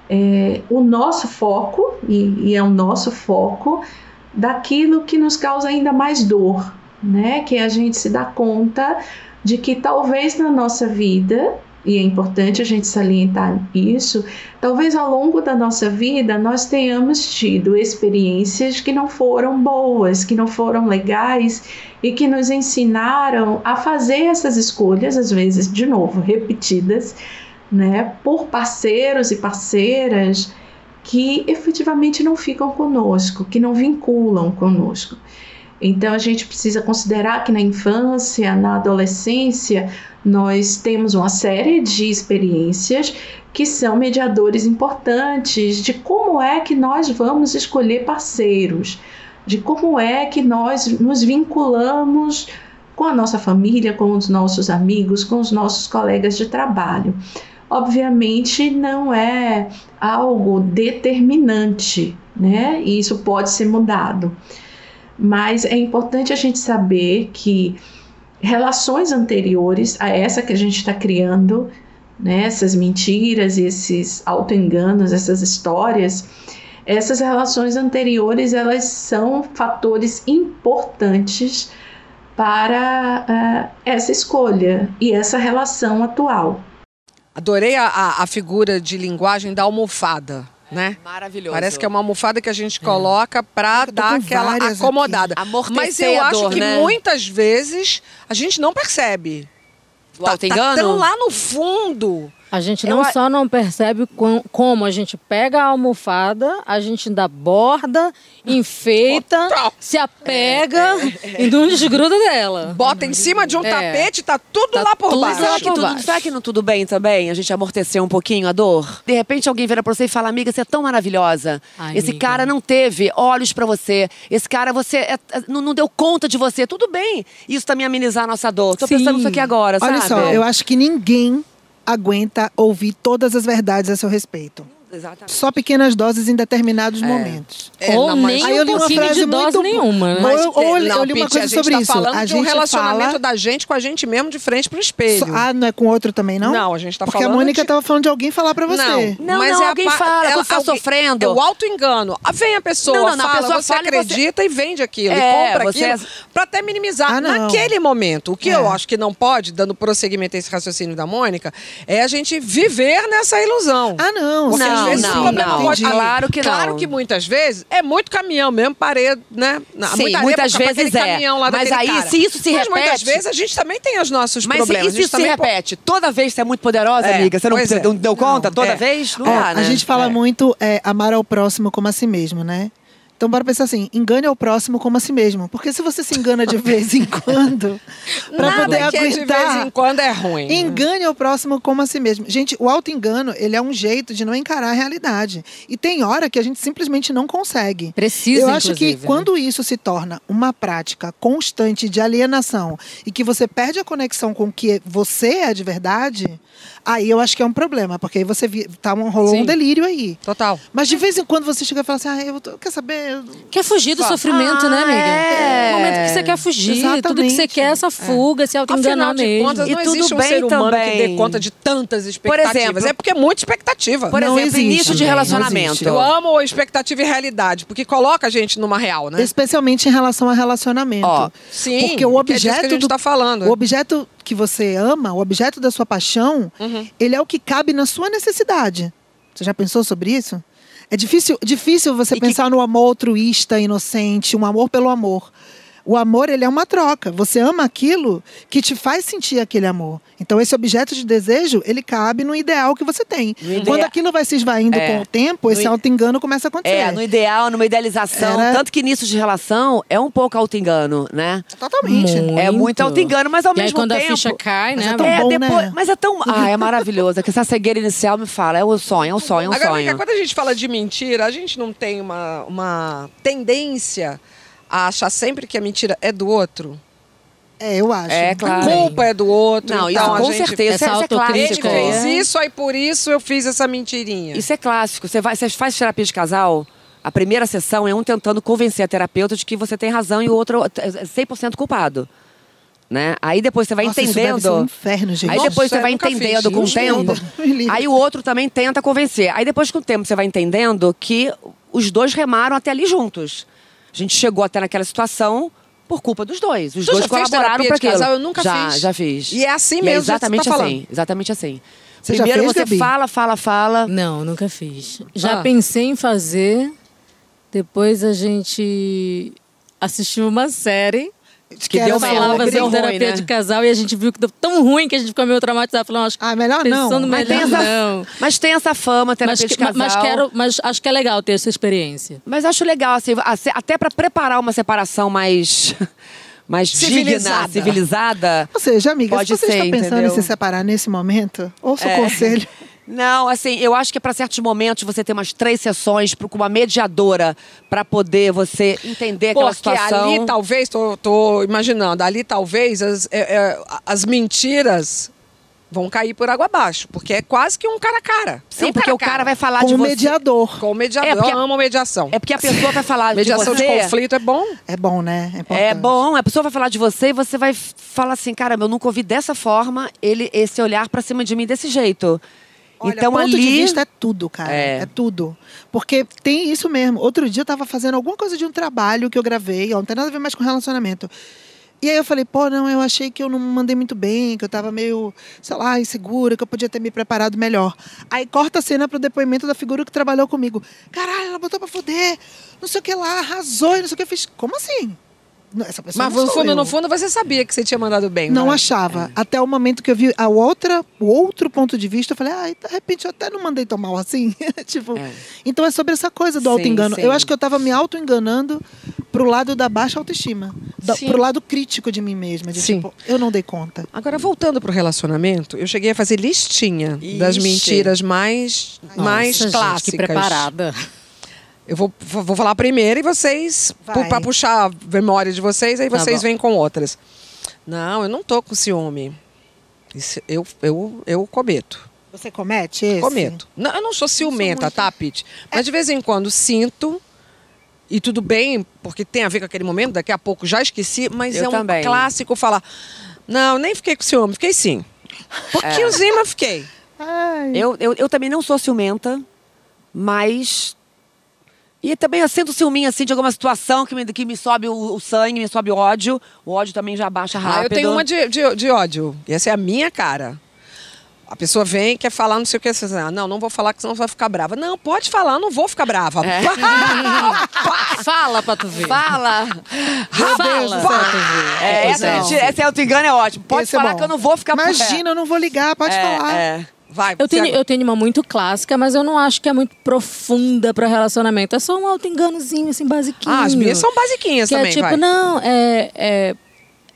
Speaker 13: eh, o nosso foco, e, e é o nosso foco, daquilo que nos causa ainda mais dor, né? Que a gente se dá conta de que talvez na nossa vida, e é importante a gente salientar isso, talvez ao longo da nossa vida nós tenhamos tido experiências que não foram boas, que não foram legais e que nos ensinaram a fazer essas escolhas, às vezes, de novo, repetidas, né, por parceiros e parceiras que efetivamente não ficam conosco, que não vinculam conosco. Então a gente precisa considerar que na infância, na adolescência, nós temos uma série de experiências que são mediadores importantes de como é que nós vamos escolher parceiros, de como é que nós nos vinculamos com a nossa família, com os nossos amigos, com os nossos colegas de trabalho. Obviamente não é algo determinante, né? E isso pode ser mudado mas é importante a gente saber que relações anteriores a essa que a gente está criando, né, essas mentiras, esses autoenganos, essas histórias, essas relações anteriores elas são fatores importantes para ah, essa escolha e essa relação atual.
Speaker 2: Adorei a, a- a figura de linguagem da almofada. Né?
Speaker 5: Maravilhoso.
Speaker 2: Parece que é uma almofada que a gente coloca pra dar
Speaker 5: com
Speaker 2: aquela
Speaker 5: várias aqui.
Speaker 2: acomodada.
Speaker 5: Amortecer
Speaker 2: Mas eu
Speaker 5: a
Speaker 2: acho
Speaker 5: dor,
Speaker 2: que
Speaker 5: né?
Speaker 2: muitas vezes a gente não percebe.
Speaker 5: O
Speaker 2: tá, tá
Speaker 3: autoengano?
Speaker 2: tão lá no fundo.
Speaker 3: A gente não
Speaker 2: Eu a-
Speaker 3: só não percebe com- como a gente pega a almofada, a gente ainda borda, enfeita, se apega
Speaker 5: É,
Speaker 3: e não desgruda dela.
Speaker 2: Bota em cima de um tapete, tá tudo
Speaker 3: lá por
Speaker 5: Uhum. tudo
Speaker 3: baixo.
Speaker 5: Será que,
Speaker 3: Por
Speaker 5: tudo,
Speaker 3: baixo.
Speaker 5: será que no tudo bem também? A gente amorteceu um pouquinho a dor? De repente alguém vira pra você e fala, amiga, você é tão maravilhosa.
Speaker 12: Ai,
Speaker 5: Esse
Speaker 12: amiga.
Speaker 5: cara não teve olhos pra você. Esse cara, você é- é- não, não deu conta de você. Tudo bem isso também amenizar a nossa dor. Tô pensando nisso aqui agora,
Speaker 1: Olha
Speaker 5: sabe?
Speaker 1: só, eu acho que ninguém aguenta ouvir todas as verdades a seu respeito.
Speaker 5: Exatamente.
Speaker 1: Só pequenas doses em determinados momentos.
Speaker 2: É, Ou não, mas- nem
Speaker 1: Aí eu li
Speaker 2: um
Speaker 1: uma
Speaker 2: pouquinho de
Speaker 1: frase
Speaker 2: dose
Speaker 1: muito...
Speaker 2: nenhuma, né?
Speaker 1: Ou eu-
Speaker 2: Mas,
Speaker 1: Ou eu li-
Speaker 2: não,
Speaker 1: eu li uma
Speaker 2: Pete,
Speaker 1: coisa
Speaker 2: a gente
Speaker 1: sobre
Speaker 2: tá
Speaker 1: isso.
Speaker 2: falando de um relacionamento
Speaker 1: fala-
Speaker 2: da gente com a gente mesmo de frente pro espelho.
Speaker 1: So- Ah, não é com outro também, não?
Speaker 2: Não, a gente tá
Speaker 1: Porque
Speaker 2: falando
Speaker 1: a Mônica
Speaker 2: de-
Speaker 1: tava falando de alguém falar pra você.
Speaker 2: Não, mas é a
Speaker 5: alguém
Speaker 2: pa-
Speaker 5: fala,
Speaker 2: ela-
Speaker 5: você tá
Speaker 2: alguém-
Speaker 5: sofrendo.
Speaker 2: É o auto-engano. Ah, Vem a pessoa,
Speaker 5: Não, não, não, a
Speaker 2: fala,
Speaker 5: pessoa
Speaker 2: você
Speaker 5: fala e você-
Speaker 2: acredita e, vende aquilo,
Speaker 5: É,
Speaker 2: e compra
Speaker 5: você-
Speaker 2: aquilo, pra até minimizar.
Speaker 5: Ah, não.
Speaker 2: Naquele momento, o que
Speaker 5: É.
Speaker 2: eu acho que não pode, dando prosseguimento a esse raciocínio da Mônica, é a gente viver nessa ilusão.
Speaker 1: Ah, não.
Speaker 2: Porque às
Speaker 5: Não,
Speaker 2: vezes
Speaker 5: não,
Speaker 2: o problema
Speaker 5: não.
Speaker 2: pode...
Speaker 5: Claro que não.
Speaker 2: Claro que muitas vezes é muito caminhão mesmo, parede, né? Na-
Speaker 5: Sim,
Speaker 2: muita areia
Speaker 5: muitas
Speaker 2: pra- pra aquele
Speaker 5: vezes é.
Speaker 2: caminhão lá
Speaker 5: Mas
Speaker 2: daquele
Speaker 5: aí,
Speaker 2: cara.
Speaker 5: se isso se
Speaker 2: Mas muitas
Speaker 5: repete-
Speaker 2: vezes a gente também tem os nossos
Speaker 5: Mas
Speaker 2: problemas.
Speaker 5: e
Speaker 2: A
Speaker 5: se
Speaker 2: gente
Speaker 5: isso se
Speaker 2: também po-
Speaker 5: repete? Toda vez você é muito poderosa,
Speaker 2: É,
Speaker 5: amiga? Você não,
Speaker 2: pois
Speaker 5: precisa-
Speaker 2: é.
Speaker 5: não deu conta? Toda
Speaker 2: é.
Speaker 5: vez? Não
Speaker 1: Ó,
Speaker 5: dá, né?
Speaker 1: A gente fala muito é, amar ao próximo como a si mesmo, né? Então, bora pensar assim: engane ao próximo como a si mesmo. Porque se você se engana de vez em quando, para poder
Speaker 2: que é de
Speaker 1: aguentar.
Speaker 2: vez em quando é ruim.
Speaker 1: Engane ao próximo como a si mesmo. Gente, o auto-engano, ele é um jeito de não encarar a realidade. E tem hora que a gente simplesmente não consegue.
Speaker 5: Precisa,
Speaker 1: Eu acho que
Speaker 5: inclusive, né?
Speaker 1: quando isso se torna uma prática constante de alienação e que você perde a conexão com o que você é de verdade, aí eu acho que é um problema. Porque aí você vi, tá um, rolou
Speaker 2: Sim.
Speaker 1: um delírio aí.
Speaker 2: Total.
Speaker 1: Mas de vez em quando você chega e fala assim, ah, eu tô, quer saber? Eu-
Speaker 3: Quer fugir do
Speaker 1: Só-
Speaker 3: sofrimento, né, amiga?
Speaker 1: É.
Speaker 3: É. O momento que você quer fugir, tudo que você
Speaker 1: Exatamente.
Speaker 3: quer é essa fuga, se
Speaker 2: Afinal
Speaker 3: auto-enganar
Speaker 2: de
Speaker 3: mesmo.
Speaker 2: contas, não existe um ser humano que dê conta de tantas expectativas.
Speaker 3: exemplo-
Speaker 2: é porque é muita expectativa.
Speaker 5: Por Não exemplo, existe, início de gente, não relacionamento. existe.
Speaker 2: Eu amo expectativa e realidade, porque coloca a gente numa real, né?
Speaker 1: Especialmente em relação a relacionamento.
Speaker 2: Sim,
Speaker 1: Porque o
Speaker 2: que é disso que
Speaker 1: objeto.
Speaker 2: a gente
Speaker 1: do-
Speaker 2: tá falando.
Speaker 1: O objeto que você ama, o objeto da sua paixão, ele é o que cabe na sua necessidade. Você já pensou sobre isso? É difícil, difícil você pensar no amor altruísta, inocente, um amor pelo amor. O amor, ele é uma troca. Você ama aquilo que te faz sentir aquele amor. Então, esse objeto de desejo, ele cabe no ideal que você tem.
Speaker 5: No
Speaker 1: Quando
Speaker 5: idea-
Speaker 1: aquilo vai se esvaindo
Speaker 5: É.
Speaker 1: com o tempo,
Speaker 5: No
Speaker 1: esse
Speaker 5: i-
Speaker 1: auto-engano começa a acontecer.
Speaker 5: É, no ideal, numa idealização.
Speaker 1: Era-
Speaker 5: Tanto que nisso de relação é um pouco auto-engano, né?
Speaker 1: Totalmente.
Speaker 5: É muito auto-engano, mas ao
Speaker 3: E aí
Speaker 5: mesmo
Speaker 3: quando a
Speaker 5: tempo.
Speaker 3: ficha cai,
Speaker 5: Mas
Speaker 3: né,
Speaker 5: É tão
Speaker 3: amiga?
Speaker 5: bom,
Speaker 3: É, depois-
Speaker 5: né? Mas é tão. Ah, é maravilhoso. É que essa cegueira inicial me fala. É um sonho, é um sonho, é um
Speaker 2: Agora,
Speaker 5: sonho.
Speaker 2: Mica, quando a gente fala de mentira, a gente não tem uma, uma tendência a achar sempre que a mentira é do outro?
Speaker 1: É, eu acho.
Speaker 2: É, claro. A culpa é do outro.
Speaker 5: Não,
Speaker 2: então
Speaker 5: isso
Speaker 2: a
Speaker 5: com
Speaker 2: gente-
Speaker 5: certeza. Essa Isso é clássico. autocrítica,
Speaker 2: Ele fez
Speaker 5: né?
Speaker 2: isso, aí por isso eu fiz essa mentirinha.
Speaker 5: Isso é clássico. Você, vai, você faz terapia de casal, a primeira sessão é um tentando convencer a terapeuta de que você tem razão e o outro é 100% culpado. Né? Aí depois você vai
Speaker 1: Nossa, isso
Speaker 5: entendendo.
Speaker 1: deve ser um inferno, gente.
Speaker 5: Aí depois
Speaker 1: Nossa,
Speaker 5: você vai
Speaker 1: eu nunca
Speaker 5: entendendo
Speaker 1: fiz.
Speaker 5: com o
Speaker 1: Deus me
Speaker 5: tempo.
Speaker 1: livre, Deus me livre.
Speaker 5: Aí o outro também tenta convencer. Aí depois com o tempo você vai entendendo que os dois remaram até ali juntos. A gente chegou até naquela situação por culpa dos dois. Os
Speaker 2: Tu
Speaker 5: dois
Speaker 2: já fez
Speaker 5: colaboraram
Speaker 2: terapia
Speaker 5: para
Speaker 2: de
Speaker 5: aquilo.
Speaker 2: casal? Eu nunca
Speaker 5: já,
Speaker 2: fiz.
Speaker 5: Já fiz.
Speaker 2: E é assim
Speaker 5: E
Speaker 2: mesmo que você
Speaker 5: exatamente
Speaker 2: tá
Speaker 5: assim.
Speaker 2: falando.
Speaker 5: Exatamente assim.
Speaker 3: Você já
Speaker 5: Primeiro
Speaker 3: fez,
Speaker 5: você
Speaker 3: Gabi?
Speaker 5: fala, fala, fala.
Speaker 3: Não, nunca fiz. Já
Speaker 5: Ah.
Speaker 3: pensei em fazer. Depois a gente assistiu uma série.
Speaker 1: que
Speaker 3: eu
Speaker 1: era
Speaker 3: falava
Speaker 1: sobre-
Speaker 3: sobre
Speaker 1: ruim,
Speaker 3: terapia
Speaker 1: né?
Speaker 3: de casal e a gente viu que deu tão ruim que a gente ficou meio traumatizado. Falando, acho que
Speaker 1: ah, melhor
Speaker 3: pensando
Speaker 1: não. Mas
Speaker 3: Melhor
Speaker 1: tem essa-
Speaker 3: não.
Speaker 5: Mas tem essa fama, terapia
Speaker 3: mas,
Speaker 5: de
Speaker 3: que- ma- Mas,
Speaker 5: casal.
Speaker 3: quero, mas acho que é legal ter essa experiência.
Speaker 5: Mas acho legal, assim, assim, até pra preparar uma separação mais. mais
Speaker 1: Civilizada.
Speaker 5: digna, civilizada.
Speaker 1: Ou seja, amiga,
Speaker 5: Pode
Speaker 1: se você
Speaker 5: ser,
Speaker 1: está pensando
Speaker 5: entendeu?
Speaker 1: em se separar nesse momento, ouça
Speaker 5: É.
Speaker 1: o conselho.
Speaker 5: Não, assim, eu acho que é pra certos momentos você ter umas três sessões pro- com uma mediadora pra poder você entender é aquela
Speaker 2: Porque
Speaker 5: situação.
Speaker 2: ali tá talvez, tô, tô imaginando, ali talvez as, é, é, as mentiras vão cair por água abaixo. Porque é quase que um cara a cara.
Speaker 5: Sim, porque o cara vai falar Com de o você.
Speaker 1: um mediador.
Speaker 2: Com o mediador.
Speaker 5: É, porque-
Speaker 2: Eu amo mediação.
Speaker 5: É porque a pessoa vai falar
Speaker 2: Mediação
Speaker 5: de
Speaker 2: de
Speaker 5: você.
Speaker 2: conflito é bom?
Speaker 1: É bom, né?
Speaker 5: É bom, a pessoa vai falar de você e você vai f- falar assim, cara, eu nunca ouvi dessa forma ele esse olhar pra cima de mim desse jeito.
Speaker 1: Olha,
Speaker 5: então
Speaker 1: ponto
Speaker 5: ali
Speaker 1: de vista é tudo, cara. É.
Speaker 5: É.
Speaker 1: tudo. Porque tem isso mesmo. Outro dia eu tava fazendo alguma coisa de um trabalho que eu gravei, ó, não tem nada a ver mais com relacionamento. E aí eu falei, pô, não, eu achei que eu não mandei muito bem, que eu tava meio, sei lá, insegura, que eu podia ter me preparado melhor. Aí corta a cena pro depoimento da figura que trabalhou comigo. Caralho, ela botou pra foder, não sei o que lá, arrasou e não sei o que. Eu fiz, como assim? Não, Essa pessoa
Speaker 2: Mas
Speaker 1: não
Speaker 2: no
Speaker 1: sou
Speaker 2: fundo,
Speaker 1: eu.
Speaker 2: no fundo, você sabia que você tinha mandado bem.
Speaker 1: Não
Speaker 5: É.
Speaker 2: né?
Speaker 1: achava. Até o momento que eu vi a outra, o outro ponto de vista, eu falei, ai, de repente eu até não mandei tão mal assim. tipo, então é sobre essa coisa do
Speaker 5: Sim,
Speaker 1: auto-engano.
Speaker 5: sim.
Speaker 1: Eu acho que eu tava me auto-enganando pro lado da baixa autoestima. Da,
Speaker 2: Sim.
Speaker 1: pro lado crítico de mim mesma. De,
Speaker 2: Sim.
Speaker 1: Tipo, eu não dei conta.
Speaker 2: Agora, voltando pro relacionamento, eu cheguei a fazer listinha das
Speaker 1: Ixi.
Speaker 2: mentiras mais,
Speaker 1: Nossa,
Speaker 2: mais
Speaker 1: gente, que
Speaker 2: clássicas.
Speaker 1: preparada.
Speaker 2: Eu vou, vou vou falar primeiro e vocês,
Speaker 1: Vai.
Speaker 2: pu- pra puxar a memória de vocês, aí
Speaker 1: Tá
Speaker 2: vocês
Speaker 1: bom.
Speaker 2: vêm com outras. Não, eu não tô com ciúme. Isso eu, eu, eu cometo.
Speaker 1: Você comete esse?
Speaker 2: Cometo. Não, eu não sou ciumenta, tá, Pete? Mas de vez em quando sinto. E tudo bem, porque tem a ver com aquele momento, daqui a pouco já esqueci, mas
Speaker 5: Eu
Speaker 2: é um
Speaker 5: também.
Speaker 2: clássico falar. Não, nem fiquei com ciúme, fiquei sim. É. Pouquinhozinho, mas fiquei.
Speaker 5: Eu, eu, eu também não sou ciumenta, mas. E também eu sinto ciúminho, assim, de alguma situação que me, que me sobe o, o sangue, me sobe o ódio. O ódio também já baixa rápido.
Speaker 2: Ah, eu tenho uma de, de, de ódio. E essa é a minha cara. A pessoa vem e quer falar não sei o que. Você diz, ah, não, não vou falar, que senão você vai ficar brava. Não, pode falar, não vou ficar brava.
Speaker 3: Fala pra tu ver.
Speaker 5: Fala!
Speaker 3: Fala pra tu ver.
Speaker 5: É, essa,
Speaker 1: Não.
Speaker 5: gente, essa é auto-engano, é ótimo. Pode
Speaker 1: Esse é
Speaker 5: falar
Speaker 1: bom.
Speaker 5: que eu não vou ficar
Speaker 1: Imagina, eu não vou ligar, pode
Speaker 5: É,
Speaker 1: falar.
Speaker 5: é.
Speaker 2: Vai,
Speaker 3: eu tenho,
Speaker 2: Thiago.
Speaker 3: eu tenho uma muito clássica, mas eu não acho que é muito profunda para relacionamento. É só um auto-enganozinho, assim, basiquinho.
Speaker 2: Ah, as minhas são basiquinhas
Speaker 3: que
Speaker 2: também,
Speaker 3: É tipo,
Speaker 2: vai.
Speaker 3: não, é, é,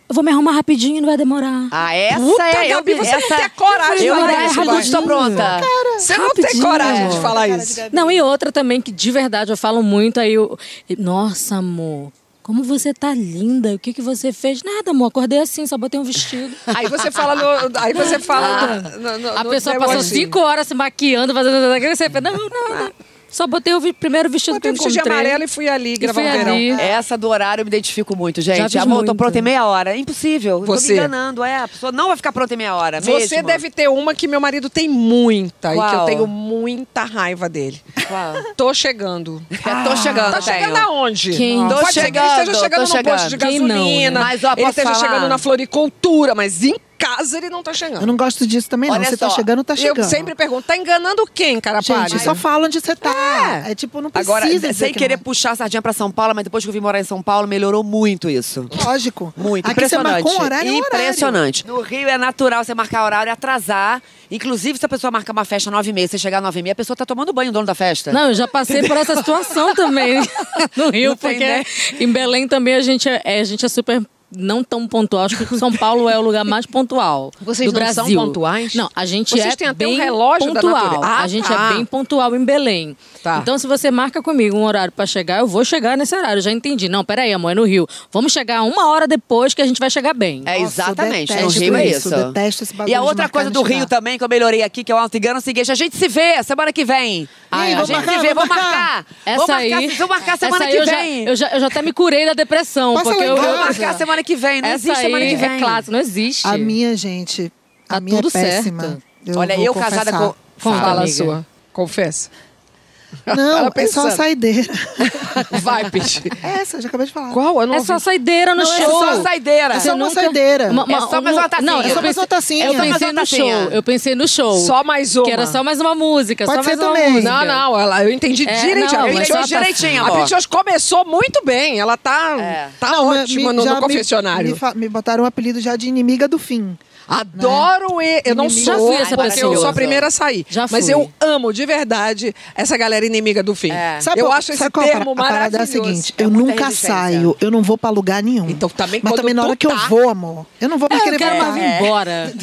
Speaker 3: Eu vou me arrumar rapidinho, não vai demorar.
Speaker 5: Ah, essa
Speaker 3: Puta,
Speaker 5: é.
Speaker 3: Gabi,
Speaker 5: eu,
Speaker 3: você não
Speaker 5: essa,
Speaker 3: tem a coragem de
Speaker 5: eu
Speaker 3: falar
Speaker 5: dar
Speaker 3: isso,
Speaker 5: errado,
Speaker 3: vai.
Speaker 5: estou pronta.
Speaker 3: Cara,
Speaker 5: Você não tem
Speaker 3: rapidinho. É.
Speaker 5: coragem de falar
Speaker 2: Cara de
Speaker 5: isso.
Speaker 3: Não, e outra também que de verdade eu falo muito, aí eu. Nossa, amor. Como você tá linda, o que que você fez? Nada, amor, acordei assim, só botei um vestido.
Speaker 2: Aí você fala no- aí você fala no- no- no-
Speaker 3: a
Speaker 2: no
Speaker 3: pessoa
Speaker 2: negócio.
Speaker 3: passou cinco horas se maquiando, fazendo... Você pensa, não, não, não. Só botei o vi- primeiro vestido que
Speaker 2: Botei
Speaker 3: eu
Speaker 2: um
Speaker 3: encontrei.
Speaker 2: vestido amarelo e fui ali gravar
Speaker 3: fui
Speaker 2: um verão.
Speaker 3: ali.
Speaker 1: É.
Speaker 5: Essa do horário eu me identifico muito,
Speaker 3: Já
Speaker 5: gente.
Speaker 3: fiz
Speaker 5: Amor, eu tô
Speaker 3: muito.
Speaker 5: pronta em meia hora. É impossível. Eu Tô
Speaker 2: Você.
Speaker 5: me enganando, é. A pessoa não vai ficar pronta em meia hora.
Speaker 2: Você
Speaker 5: mesmo.
Speaker 2: deve ter uma que meu marido tem muita e que eu
Speaker 5: Qual?
Speaker 2: tenho muita raiva dele. Tô chegando.
Speaker 5: É, tô chegando,
Speaker 2: Tá chegando
Speaker 5: tenho.
Speaker 2: aonde?
Speaker 5: Quem? Tô
Speaker 2: Pode ser que ele
Speaker 5: chegando,
Speaker 2: esteja chegando
Speaker 5: tô
Speaker 2: no posto de
Speaker 5: chegando. Quem não,
Speaker 2: gasolina,
Speaker 5: né? Mas, ó,
Speaker 2: ele
Speaker 5: posso
Speaker 2: esteja
Speaker 5: falar?
Speaker 2: chegando na floricultura, mas em casa ele não tá chegando.
Speaker 1: Eu não gosto disso também, não.
Speaker 2: Olha
Speaker 1: Você tá
Speaker 2: só,
Speaker 1: chegando, tá chegando.
Speaker 2: Eu sempre pergunto, tá enganando quem, cara?
Speaker 1: Gente, só fala onde você tá. É, tipo, não precisa
Speaker 5: Agora,
Speaker 1: dizer
Speaker 5: sem
Speaker 1: que
Speaker 5: querer puxar a sardinha pra São Paulo, mas depois que eu vim morar em São Paulo, melhorou muito isso.
Speaker 1: é. Lógico.
Speaker 5: Muito.
Speaker 1: Aqui você
Speaker 5: Impressionante.
Speaker 1: marcou um horário, é um horário.
Speaker 5: Impressionante. No Rio é natural você marcar horário e atrasar. Inclusive, se a pessoa marcar uma festa nove e meia, você chegar às nove e meia, a pessoa tá tomando banho, o dono da festa.
Speaker 3: Não, eu já passei por essa situação também no Rio,
Speaker 5: Não tem,
Speaker 3: porque
Speaker 5: né?
Speaker 3: em Belém também a gente é, é- a gente é super não tão pontual. Acho que São Paulo é o lugar mais pontual
Speaker 2: Vocês
Speaker 3: do
Speaker 2: não são
Speaker 3: Brasil.
Speaker 2: pontuais?
Speaker 3: Não, a gente
Speaker 2: Vocês
Speaker 3: é
Speaker 2: têm até um
Speaker 3: bem
Speaker 2: relógio da
Speaker 3: pontual.
Speaker 2: natureza. Ah,
Speaker 3: a gente
Speaker 2: tá.
Speaker 3: é bem pontual em Belém.
Speaker 2: Tá.
Speaker 3: Então, se você marca comigo um horário pra chegar, eu vou chegar nesse horário. Já entendi. Não, peraí, amor, é no Rio. Vamos chegar uma hora depois que a gente vai chegar bem.
Speaker 5: É exatamente. No
Speaker 1: detesto
Speaker 5: Rio é
Speaker 1: isso,
Speaker 5: isso.
Speaker 1: detesto esse bagulho
Speaker 5: e a
Speaker 1: de
Speaker 5: outra
Speaker 1: marcar
Speaker 5: coisa
Speaker 1: e
Speaker 5: do Rio
Speaker 1: chegar.
Speaker 5: também, que eu melhorei aqui, que é o auto-engano, é o seguinte: a gente se vê semana que vem.
Speaker 3: Ah,
Speaker 5: a
Speaker 3: é,
Speaker 5: gente se vê, vou marcar.
Speaker 3: Essa
Speaker 5: vou marcar,
Speaker 3: aí,
Speaker 5: vou marcar
Speaker 3: essa
Speaker 5: semana
Speaker 3: aí
Speaker 5: que
Speaker 3: eu já-
Speaker 5: vem.
Speaker 3: eu, já, eu já até me curei da depressão.
Speaker 5: Passa
Speaker 3: porque
Speaker 5: lá em
Speaker 3: eu
Speaker 5: casa. Vou marcar semana que vem, não
Speaker 3: Essa
Speaker 5: existe semana
Speaker 3: aí
Speaker 5: que vem.
Speaker 3: É clássico, não existe.
Speaker 1: A minha, gente, a minha
Speaker 3: tá tudo
Speaker 1: é péssima.
Speaker 3: certo.
Speaker 5: Olha,
Speaker 1: vou
Speaker 5: eu casada
Speaker 1: confessar.
Speaker 5: com-
Speaker 2: Fala,
Speaker 5: Fala,
Speaker 2: a
Speaker 5: amiga.
Speaker 2: sua. Confessa.
Speaker 1: Não,
Speaker 2: Ela
Speaker 1: é só
Speaker 2: pensando.
Speaker 1: a saideira.
Speaker 2: Vai, Piti.
Speaker 1: Essa, eu já acabei de falar.
Speaker 2: Qual? Eu não
Speaker 3: É
Speaker 2: ouvi.
Speaker 3: só saideira no
Speaker 1: Não, é
Speaker 3: show.
Speaker 1: só
Speaker 5: saideira.
Speaker 1: É só
Speaker 3: Eu
Speaker 1: uma
Speaker 3: nunca-
Speaker 1: saideira.
Speaker 5: É só mais
Speaker 3: um-
Speaker 5: uma tacinha.
Speaker 3: Não,
Speaker 5: É só
Speaker 3: eu
Speaker 5: mais
Speaker 3: pensei-
Speaker 1: uma tacinha.
Speaker 3: Eu
Speaker 1: Só mais
Speaker 3: pensei
Speaker 5: uma
Speaker 3: no show.
Speaker 5: tacinha.
Speaker 3: Eu pensei no show.
Speaker 2: Só mais uma.
Speaker 3: Que era só mais uma música.
Speaker 1: Pode
Speaker 3: só
Speaker 1: ser
Speaker 3: mais
Speaker 1: também.
Speaker 3: Uma música.
Speaker 2: Não, não, ela, eu entendi
Speaker 3: É,
Speaker 2: direitinho.
Speaker 3: não,
Speaker 2: a
Speaker 3: mas
Speaker 2: Pitty
Speaker 3: só
Speaker 2: hoje,
Speaker 3: tá-
Speaker 5: direitinho,
Speaker 2: assim, a
Speaker 5: amor.
Speaker 2: Pitty hoje começou muito bem. Ela tá,
Speaker 5: É.
Speaker 2: tá
Speaker 1: Não, me-
Speaker 2: ótima
Speaker 1: me-
Speaker 2: no,
Speaker 1: já
Speaker 2: no
Speaker 1: me-
Speaker 2: confessionário.
Speaker 1: Me, fa- me botaram o apelido já de inimiga do fim.
Speaker 2: Adoro e eu não
Speaker 1: Inimiga.
Speaker 2: sou,
Speaker 3: Já fui essa
Speaker 2: porque
Speaker 3: pessoa.
Speaker 2: eu sou a primeira a sair.
Speaker 3: Já
Speaker 2: mas
Speaker 3: fui.
Speaker 2: eu amo de verdade essa galera inimiga do fim.
Speaker 5: É.
Speaker 1: Sabe
Speaker 2: eu
Speaker 1: qual-
Speaker 2: acho esse
Speaker 1: sabe qual a
Speaker 2: termo
Speaker 1: par- a parada
Speaker 2: maravilhoso.
Speaker 1: É a seguinte,
Speaker 5: É
Speaker 1: eu
Speaker 5: muita
Speaker 1: nunca
Speaker 5: resistência.
Speaker 1: saio, eu não vou pra lugar nenhum.
Speaker 2: Então também
Speaker 1: Mas
Speaker 2: quando
Speaker 1: também na
Speaker 2: tu
Speaker 1: hora que eu
Speaker 2: tá-
Speaker 1: vou, amor, eu não vou pra
Speaker 3: É,
Speaker 1: querer
Speaker 3: eu quero
Speaker 1: voltar.
Speaker 3: mais ir embora.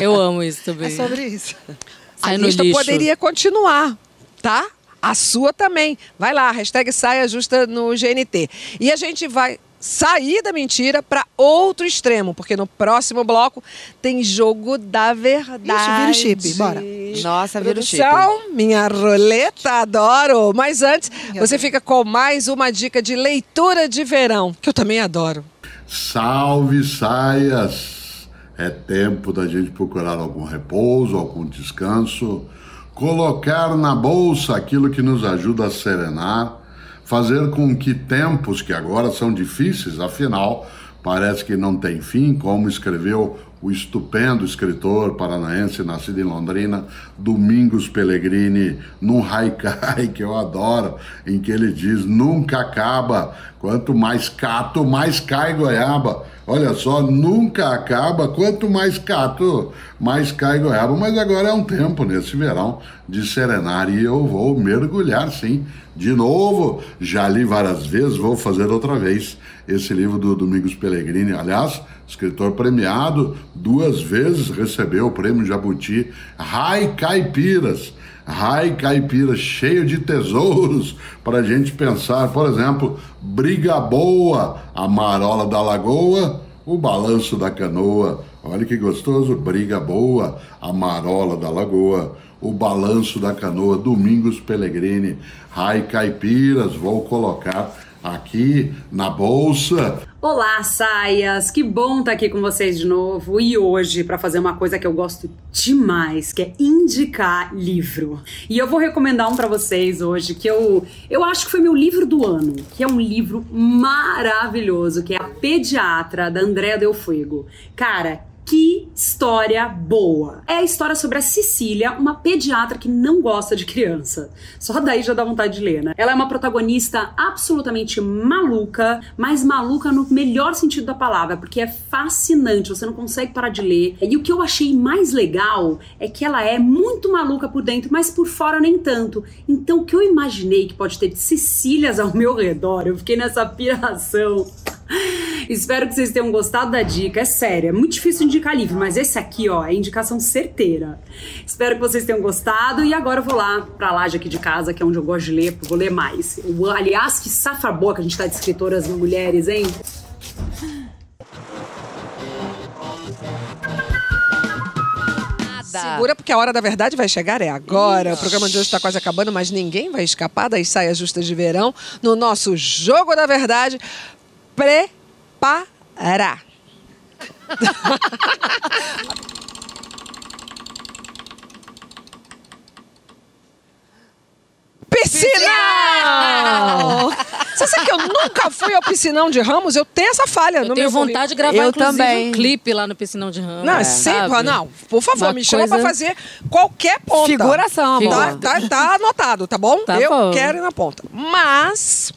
Speaker 3: Eu amo isso também.
Speaker 1: É sobre isso.
Speaker 2: A
Speaker 3: Sai no
Speaker 2: lista
Speaker 3: lixo.
Speaker 2: poderia continuar, tá? A sua também. Vai lá, hashtag saia justa no GNT. E a gente vai sair da mentira para outro extremo, porque no próximo bloco tem jogo da verdade.
Speaker 1: Ixi, vira o chip, bora.
Speaker 5: Nossa, vira o chip.
Speaker 2: Produção, minha roleta, adoro. Mas antes, você fica com mais uma dica de leitura de verão, que eu também adoro.
Speaker 14: Salve saias! É tempo da gente procurar algum repouso, algum descanso, colocar na bolsa aquilo que nos ajuda a serenar, fazer com que tempos que agora são difíceis, afinal, parece que não tem fim, como escreveu o estupendo escritor paranaense nascido em Londrina, Domingos Pellegrini, num haikai que eu adoro, em que ele diz: nunca acaba, quanto mais cato, mais cai goiaba. Olha só, nunca acaba, quanto mais cato, mais cai goiaba. Mas agora é um tempo nesse verão de serenar e eu vou mergulhar sim. De novo, já li várias vezes, vou fazer outra vez esse livro do Domingos Pellegrini. Aliás, escritor premiado, duas vezes recebeu o prêmio Jabuti Rai Caipiras. Rai Caipira, cheio de tesouros para a gente pensar. Por exemplo, Briga Boa, a Marola da Lagoa, o Balanço da Canoa. Olha que gostoso, Briga Boa, a Marola da Lagoa, o Balanço da Canoa, Domingos Pellegrini, Rai Caipiras. Vou colocar aqui na bolsa.
Speaker 15: Olá, saias! Que bom estar aqui com vocês de novo e hoje para fazer uma coisa que eu gosto demais, que é indicar livro. E eu vou recomendar um para vocês hoje que eu eu acho que foi meu livro do ano, que é um livro maravilhoso, que é A Pediatra da Andrea Del Fuego. Cara, Que história boa! É a história sobre a Cecília, uma pediatra que não gosta de criança. Só daí já dá vontade de ler, né? Ela é uma protagonista absolutamente maluca, mas maluca no melhor sentido da palavra, porque é fascinante, você não consegue parar de ler. E o que eu achei mais legal é que ela é muito maluca por dentro, mas por fora nem tanto. Então, o que eu imaginei que pode ter de Cecílias ao meu redor, eu fiquei nessa piração. Espero que vocês tenham gostado da dica. É sério, é muito difícil indicar livro, mas esse aqui, ó, é indicação certeira. Espero que vocês tenham gostado e agora eu vou lá pra laje aqui de casa, que é onde eu gosto de ler, vou ler mais. Eu, aliás, que safa boa que a gente tá de escritoras mulheres, hein?
Speaker 2: Segura, porque a hora da verdade vai chegar, é agora. O programa de hoje está quase acabando, mas ninguém vai escapar das saias justas de verão no nosso Jogo da Verdade. Preparar. Piscinão! Você sabe que eu nunca fui ao piscinão de Ramos? Eu tenho essa falha
Speaker 3: Eu
Speaker 2: no
Speaker 3: tenho
Speaker 2: meu currículo.
Speaker 3: vontade de gravar, inclusive, um clipe lá no Piscinão de Ramos.
Speaker 2: Não, é sempre.
Speaker 3: sabe?
Speaker 2: Não, por favor,
Speaker 3: Uma
Speaker 2: me chama
Speaker 3: coisa-
Speaker 2: pra fazer qualquer ponta.
Speaker 3: Figuração,
Speaker 2: tá,
Speaker 3: amor.
Speaker 2: tá, tá anotado, tá bom?
Speaker 3: Tá
Speaker 2: Eu
Speaker 3: bom.
Speaker 2: quero ir na ponta. Mas.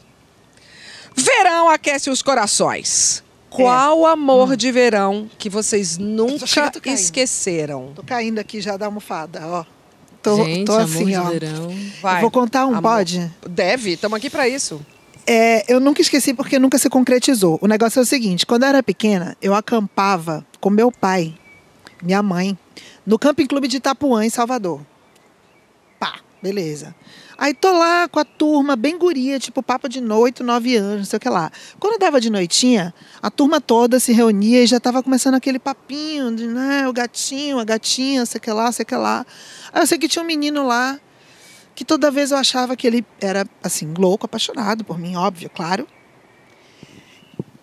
Speaker 2: Verão aquece os corações. Qual amor de verão que vocês nunca esqueceram?
Speaker 1: Tô caindo aqui já da almofada, ó. Tô,
Speaker 2: Gente,
Speaker 1: tô
Speaker 2: amor
Speaker 1: assim,
Speaker 2: de
Speaker 1: ó.
Speaker 2: verão.
Speaker 1: Eu vou contar um,
Speaker 2: Amor.
Speaker 1: pode?
Speaker 2: Deve, estamos aqui pra isso.
Speaker 1: É, eu nunca esqueci porque nunca se concretizou. O negócio é o seguinte: quando eu era pequena, eu acampava com meu pai, minha mãe, no Camping Clube de Itapuã, em Salvador. Pá, beleza. Aí tô lá com a turma, bem guria, tipo papo de noite, nove anos, não sei o que lá. Quando dava de noitinha, a turma toda se reunia e já tava começando aquele papinho de, né, o gatinho, a gatinha, sei que lá, sei que lá. Aí eu sei que tinha um menino lá que toda vez eu achava que ele era, assim, louco, apaixonado por mim, óbvio, claro.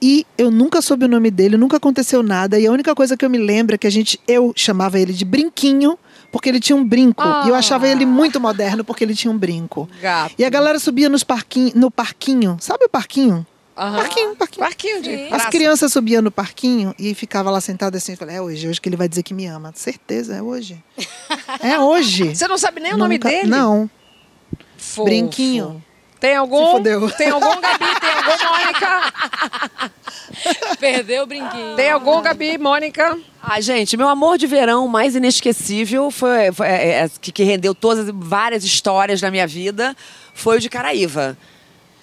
Speaker 1: E eu nunca soube o nome dele, nunca aconteceu nada. E a única coisa que eu me lembro é que a gente, eu chamava ele de brinquinho, porque ele tinha um brinco. E eu achava
Speaker 2: Ah.
Speaker 1: ele muito moderno, porque ele tinha um brinco.
Speaker 2: Gato.
Speaker 1: E a galera subia nos parquinho, no parquinho. Sabe o parquinho?
Speaker 2: Parquinho, parquinho. Parquinho de
Speaker 1: As
Speaker 2: praça.
Speaker 1: crianças subiam no parquinho e ficava lá sentada assim. Eu falei, é hoje, é hoje que ele vai dizer que me ama. Certeza, é hoje. É hoje.
Speaker 2: Você não sabe nem o nome
Speaker 1: Nunca-
Speaker 2: dele?
Speaker 1: Não.
Speaker 2: Fofo.
Speaker 1: Brinquinho.
Speaker 2: Tem algum?
Speaker 1: Se fodeu.
Speaker 2: Tem algum, Gabi? Tem algum, Mônica?
Speaker 3: Perdeu o brinquinho.
Speaker 2: Tem algum, Gabi, Mônica?
Speaker 5: Ai, Ah, gente, meu amor de verão mais inesquecível foi, foi- é, é, que, que rendeu todas várias histórias na minha vida foi o de Caraíva.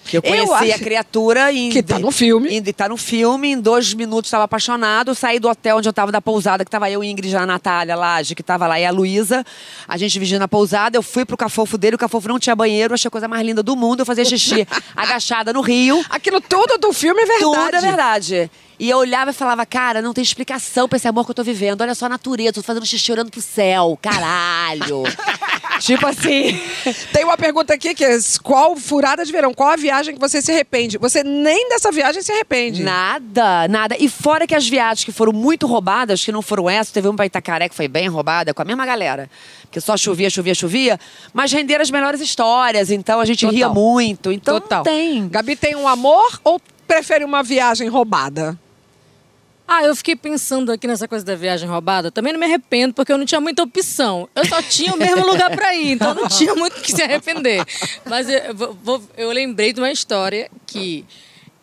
Speaker 5: Que eu
Speaker 11: Eu
Speaker 5: conheci a
Speaker 11: acho-
Speaker 5: criatura em,
Speaker 11: Que tá
Speaker 5: no filme. Em, tá no filme, em dois minutos estava apaixonado, saí do hotel onde eu tava da pousada, que tava eu, Ingrid, a Natália Laje, que tava lá, e a Luísa. A gente vigiando a pousada, eu fui pro cafofo dele, o cafofo não tinha banheiro, achei a coisa mais linda do mundo, eu fazia xixi agachada no rio.
Speaker 2: Aquilo tudo do filme é verdade.
Speaker 5: Tudo é verdade. E eu olhava e falava, cara, não tem explicação pra esse amor que eu tô vivendo. Olha só a natureza, tô fazendo xixi olhando pro céu, caralho. tipo assim.
Speaker 2: Tem uma pergunta aqui que é qual furada de verão, qual a viagem que você se arrepende? Você nem dessa viagem se arrepende.
Speaker 5: Nada, nada. E fora que as viagens que foram muito roubadas, que não foram essas, teve uma pra Itacaré que foi bem roubada, com a mesma galera. Porque só chovia, chovia, chovia, mas renderam as melhores histórias, então a gente
Speaker 2: Total.
Speaker 5: ria muito. Então
Speaker 2: Total.
Speaker 5: não tem.
Speaker 2: Gabi tem um amor ou prefere uma viagem roubada?
Speaker 3: Ah, eu fiquei pensando aqui nessa coisa da viagem roubada. Também não me arrependo, porque eu não tinha muita opção. Eu só tinha o mesmo lugar pra ir, então não tinha muito o que se arrepender. Mas eu, eu vou- vou- eu lembrei de uma história que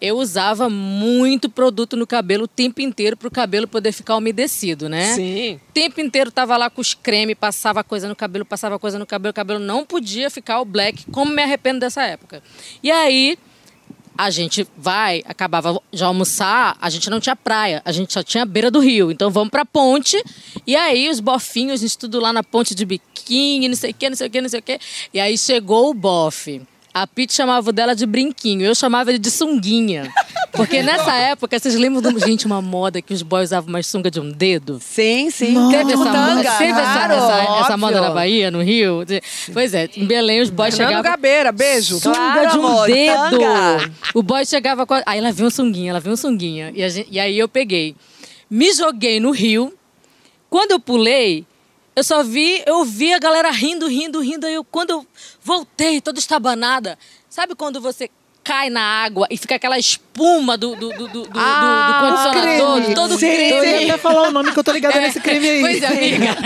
Speaker 3: eu usava muito produto no cabelo o tempo inteiro pro cabelo poder ficar umedecido, né?
Speaker 2: Sim.
Speaker 3: O tempo inteiro tava lá com os creme, passava coisa no cabelo, passava coisa no cabelo, o cabelo não podia ficar o black, como me arrependo dessa época. E aí, a gente vai, acabava de almoçar, a gente não tinha praia, a gente só tinha a beira do rio. Então vamos pra ponte. E aí os bofinhos, isso tudo lá na ponte de biquíni, não sei o quê, não sei o quê, não sei o quê. E aí chegou o bofe. A Pete chamava o dela de brinquinho, eu chamava ele de sunguinha. Porque nessa época, vocês lembram do, gente, uma moda que os boys usavam uma sunga de um dedo?
Speaker 5: Sim, sim.
Speaker 3: Teve essa,
Speaker 5: Tanga,
Speaker 3: moda, teve essa-
Speaker 5: claro,
Speaker 3: essa- essa
Speaker 5: né? óbvio.
Speaker 3: moda na Bahia, no Rio. Pois é, em Belém os boys
Speaker 2: Fernando
Speaker 3: chegavam.
Speaker 2: Gabeira, beijo.
Speaker 3: Sunga
Speaker 2: Claro,
Speaker 3: de um
Speaker 2: amor,
Speaker 3: dedo.
Speaker 2: tanga.
Speaker 3: O boy chegava com. a- Aí ela viu um sunguinha, ela viu um sunguinha. E, a gente- e aí eu peguei. Me joguei no rio. Quando eu pulei, eu só vi, eu vi a galera rindo, rindo, rindo. Aí eu, quando eu voltei, toda estabanada. Sabe quando você cai na água e fica aquela espuma do, do, do, do, ah, do condicionador,
Speaker 1: creme.
Speaker 3: todo
Speaker 1: Sim,
Speaker 3: creme.
Speaker 1: Você ia falar o nome que eu tô ligada
Speaker 3: É.
Speaker 1: nesse creme aí.
Speaker 3: Pois é, amiga.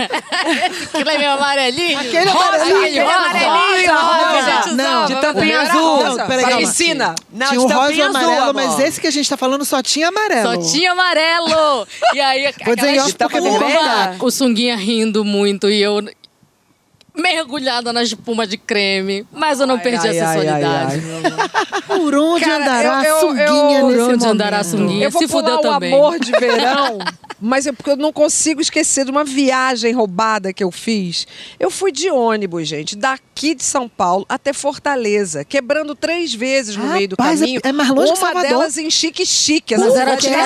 Speaker 3: Esse creme amarelinho.
Speaker 1: Aquele
Speaker 3: rosa,
Speaker 1: amarelinho.
Speaker 3: Aquele amarelinho.
Speaker 1: Rosa,
Speaker 3: rosa,
Speaker 1: rosa.
Speaker 3: que a gente
Speaker 1: Não,
Speaker 3: usava.
Speaker 1: de tampinha
Speaker 3: Era
Speaker 1: azul.
Speaker 3: rosa.
Speaker 1: Não, peraí, calma.
Speaker 3: Parecina.
Speaker 1: tinha
Speaker 3: tá
Speaker 1: o um rosa e o amarelo, mas esse que a gente tá falando só tinha amarelo.
Speaker 3: Só tinha amarelo. E aí,
Speaker 1: Vou dizer em
Speaker 3: aquela
Speaker 1: off porque me
Speaker 3: espuma,
Speaker 1: pega.
Speaker 3: o sunguinha rindo muito e eu mergulhada na espuma de creme. Mas eu não perdi a sensualidade.
Speaker 1: Por onde
Speaker 2: Cara,
Speaker 1: andará a
Speaker 2: eu- eu-
Speaker 1: sunguinha nesse
Speaker 2: eu-
Speaker 3: Por onde
Speaker 1: momento?
Speaker 3: andará a sunguinha?
Speaker 2: Eu vou
Speaker 3: Se
Speaker 2: pular
Speaker 3: fudeu
Speaker 2: o
Speaker 3: também.
Speaker 2: amor de verão, mas é porque eu não consigo esquecer de uma viagem roubada que eu fiz. Eu fui de ônibus, gente, daqui de São Paulo até Fortaleza, quebrando três vezes no meio do
Speaker 1: Rapaz, é-
Speaker 2: caminho.
Speaker 1: é mais longe que
Speaker 2: uma
Speaker 1: Salvador.
Speaker 2: delas em Chique-Chique.
Speaker 3: Mas
Speaker 2: essa
Speaker 3: era
Speaker 2: cidade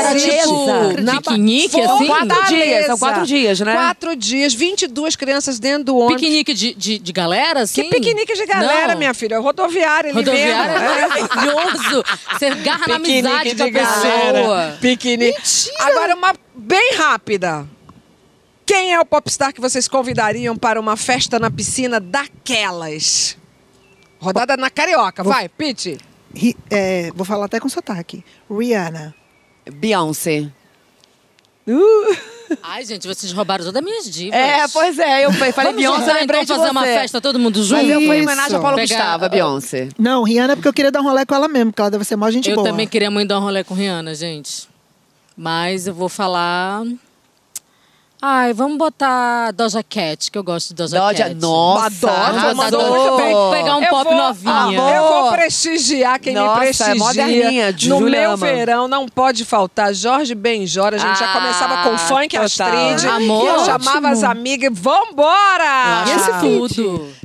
Speaker 2: grande.
Speaker 3: era tipo
Speaker 2: Na ba-
Speaker 3: piquenique, assim?
Speaker 2: Fortaleza.
Speaker 3: Quatro dias, são quatro dias, né?
Speaker 2: Quatro dias, 22 crianças dentro do ônibus.
Speaker 3: Piquenique de, de, de galera, assim?
Speaker 2: Que piquenique de galera,
Speaker 3: Não.
Speaker 2: minha filha. Rodoviária, ele
Speaker 3: Rodoviária é
Speaker 2: mesmo. né?
Speaker 3: maravilhoso. Você garra na amizade da pessoa.
Speaker 2: Piquenique. Agora, uma bem rápida. Quem é o popstar que vocês convidariam para uma festa na piscina daquelas? Rodada na Carioca,
Speaker 1: Vou-
Speaker 2: vai, Pete.
Speaker 1: Ri- é, vou falar até com sotaque. Rihanna.
Speaker 5: Beyoncé.
Speaker 3: Ai, gente, vocês roubaram todas as minhas dicas.
Speaker 5: É, pois é, eu falei
Speaker 3: Vamos
Speaker 5: Beyoncé,
Speaker 3: juntar,
Speaker 5: eu lembrei
Speaker 3: então,
Speaker 5: de
Speaker 3: fazer uma
Speaker 5: você.
Speaker 3: festa todo mundo
Speaker 5: Mas
Speaker 3: junto.
Speaker 5: eu fui em
Speaker 1: Isso.
Speaker 5: homenagem a Paulo
Speaker 3: Pegar-
Speaker 5: Gustavo, a Beyoncé.
Speaker 1: Não, Rihanna porque eu queria dar um rolê com ela mesmo, porque ela deve ser mó gente
Speaker 3: eu
Speaker 1: boa.
Speaker 3: também queria muito dar um rolê com Rihanna, gente. Mas eu vou falar. Ai, vamos botar Doja Cat, que eu gosto de Doja,
Speaker 5: Doja-
Speaker 3: Cat.
Speaker 5: Nossa,
Speaker 3: Vamos botar
Speaker 5: arrasou.
Speaker 3: Doja-
Speaker 5: Muito bem.
Speaker 3: Pegar um
Speaker 5: Eu
Speaker 3: pop
Speaker 5: vou-
Speaker 3: novinha.
Speaker 5: Amor.
Speaker 2: Ah, Eu vou prestigiar quem
Speaker 5: Nossa,
Speaker 2: me
Speaker 5: é
Speaker 2: prestigia.
Speaker 5: moderninha,
Speaker 2: no
Speaker 5: Julia
Speaker 2: meu
Speaker 5: ama.
Speaker 2: verão não pode faltar Jorge Benjora. A gente já
Speaker 5: Ah,
Speaker 2: começava com funk,
Speaker 5: total.
Speaker 2: Astrid.
Speaker 3: Amor.
Speaker 2: E eu chamava as amigas e vambora!
Speaker 3: Eu acho
Speaker 2: E esse
Speaker 3: tudo.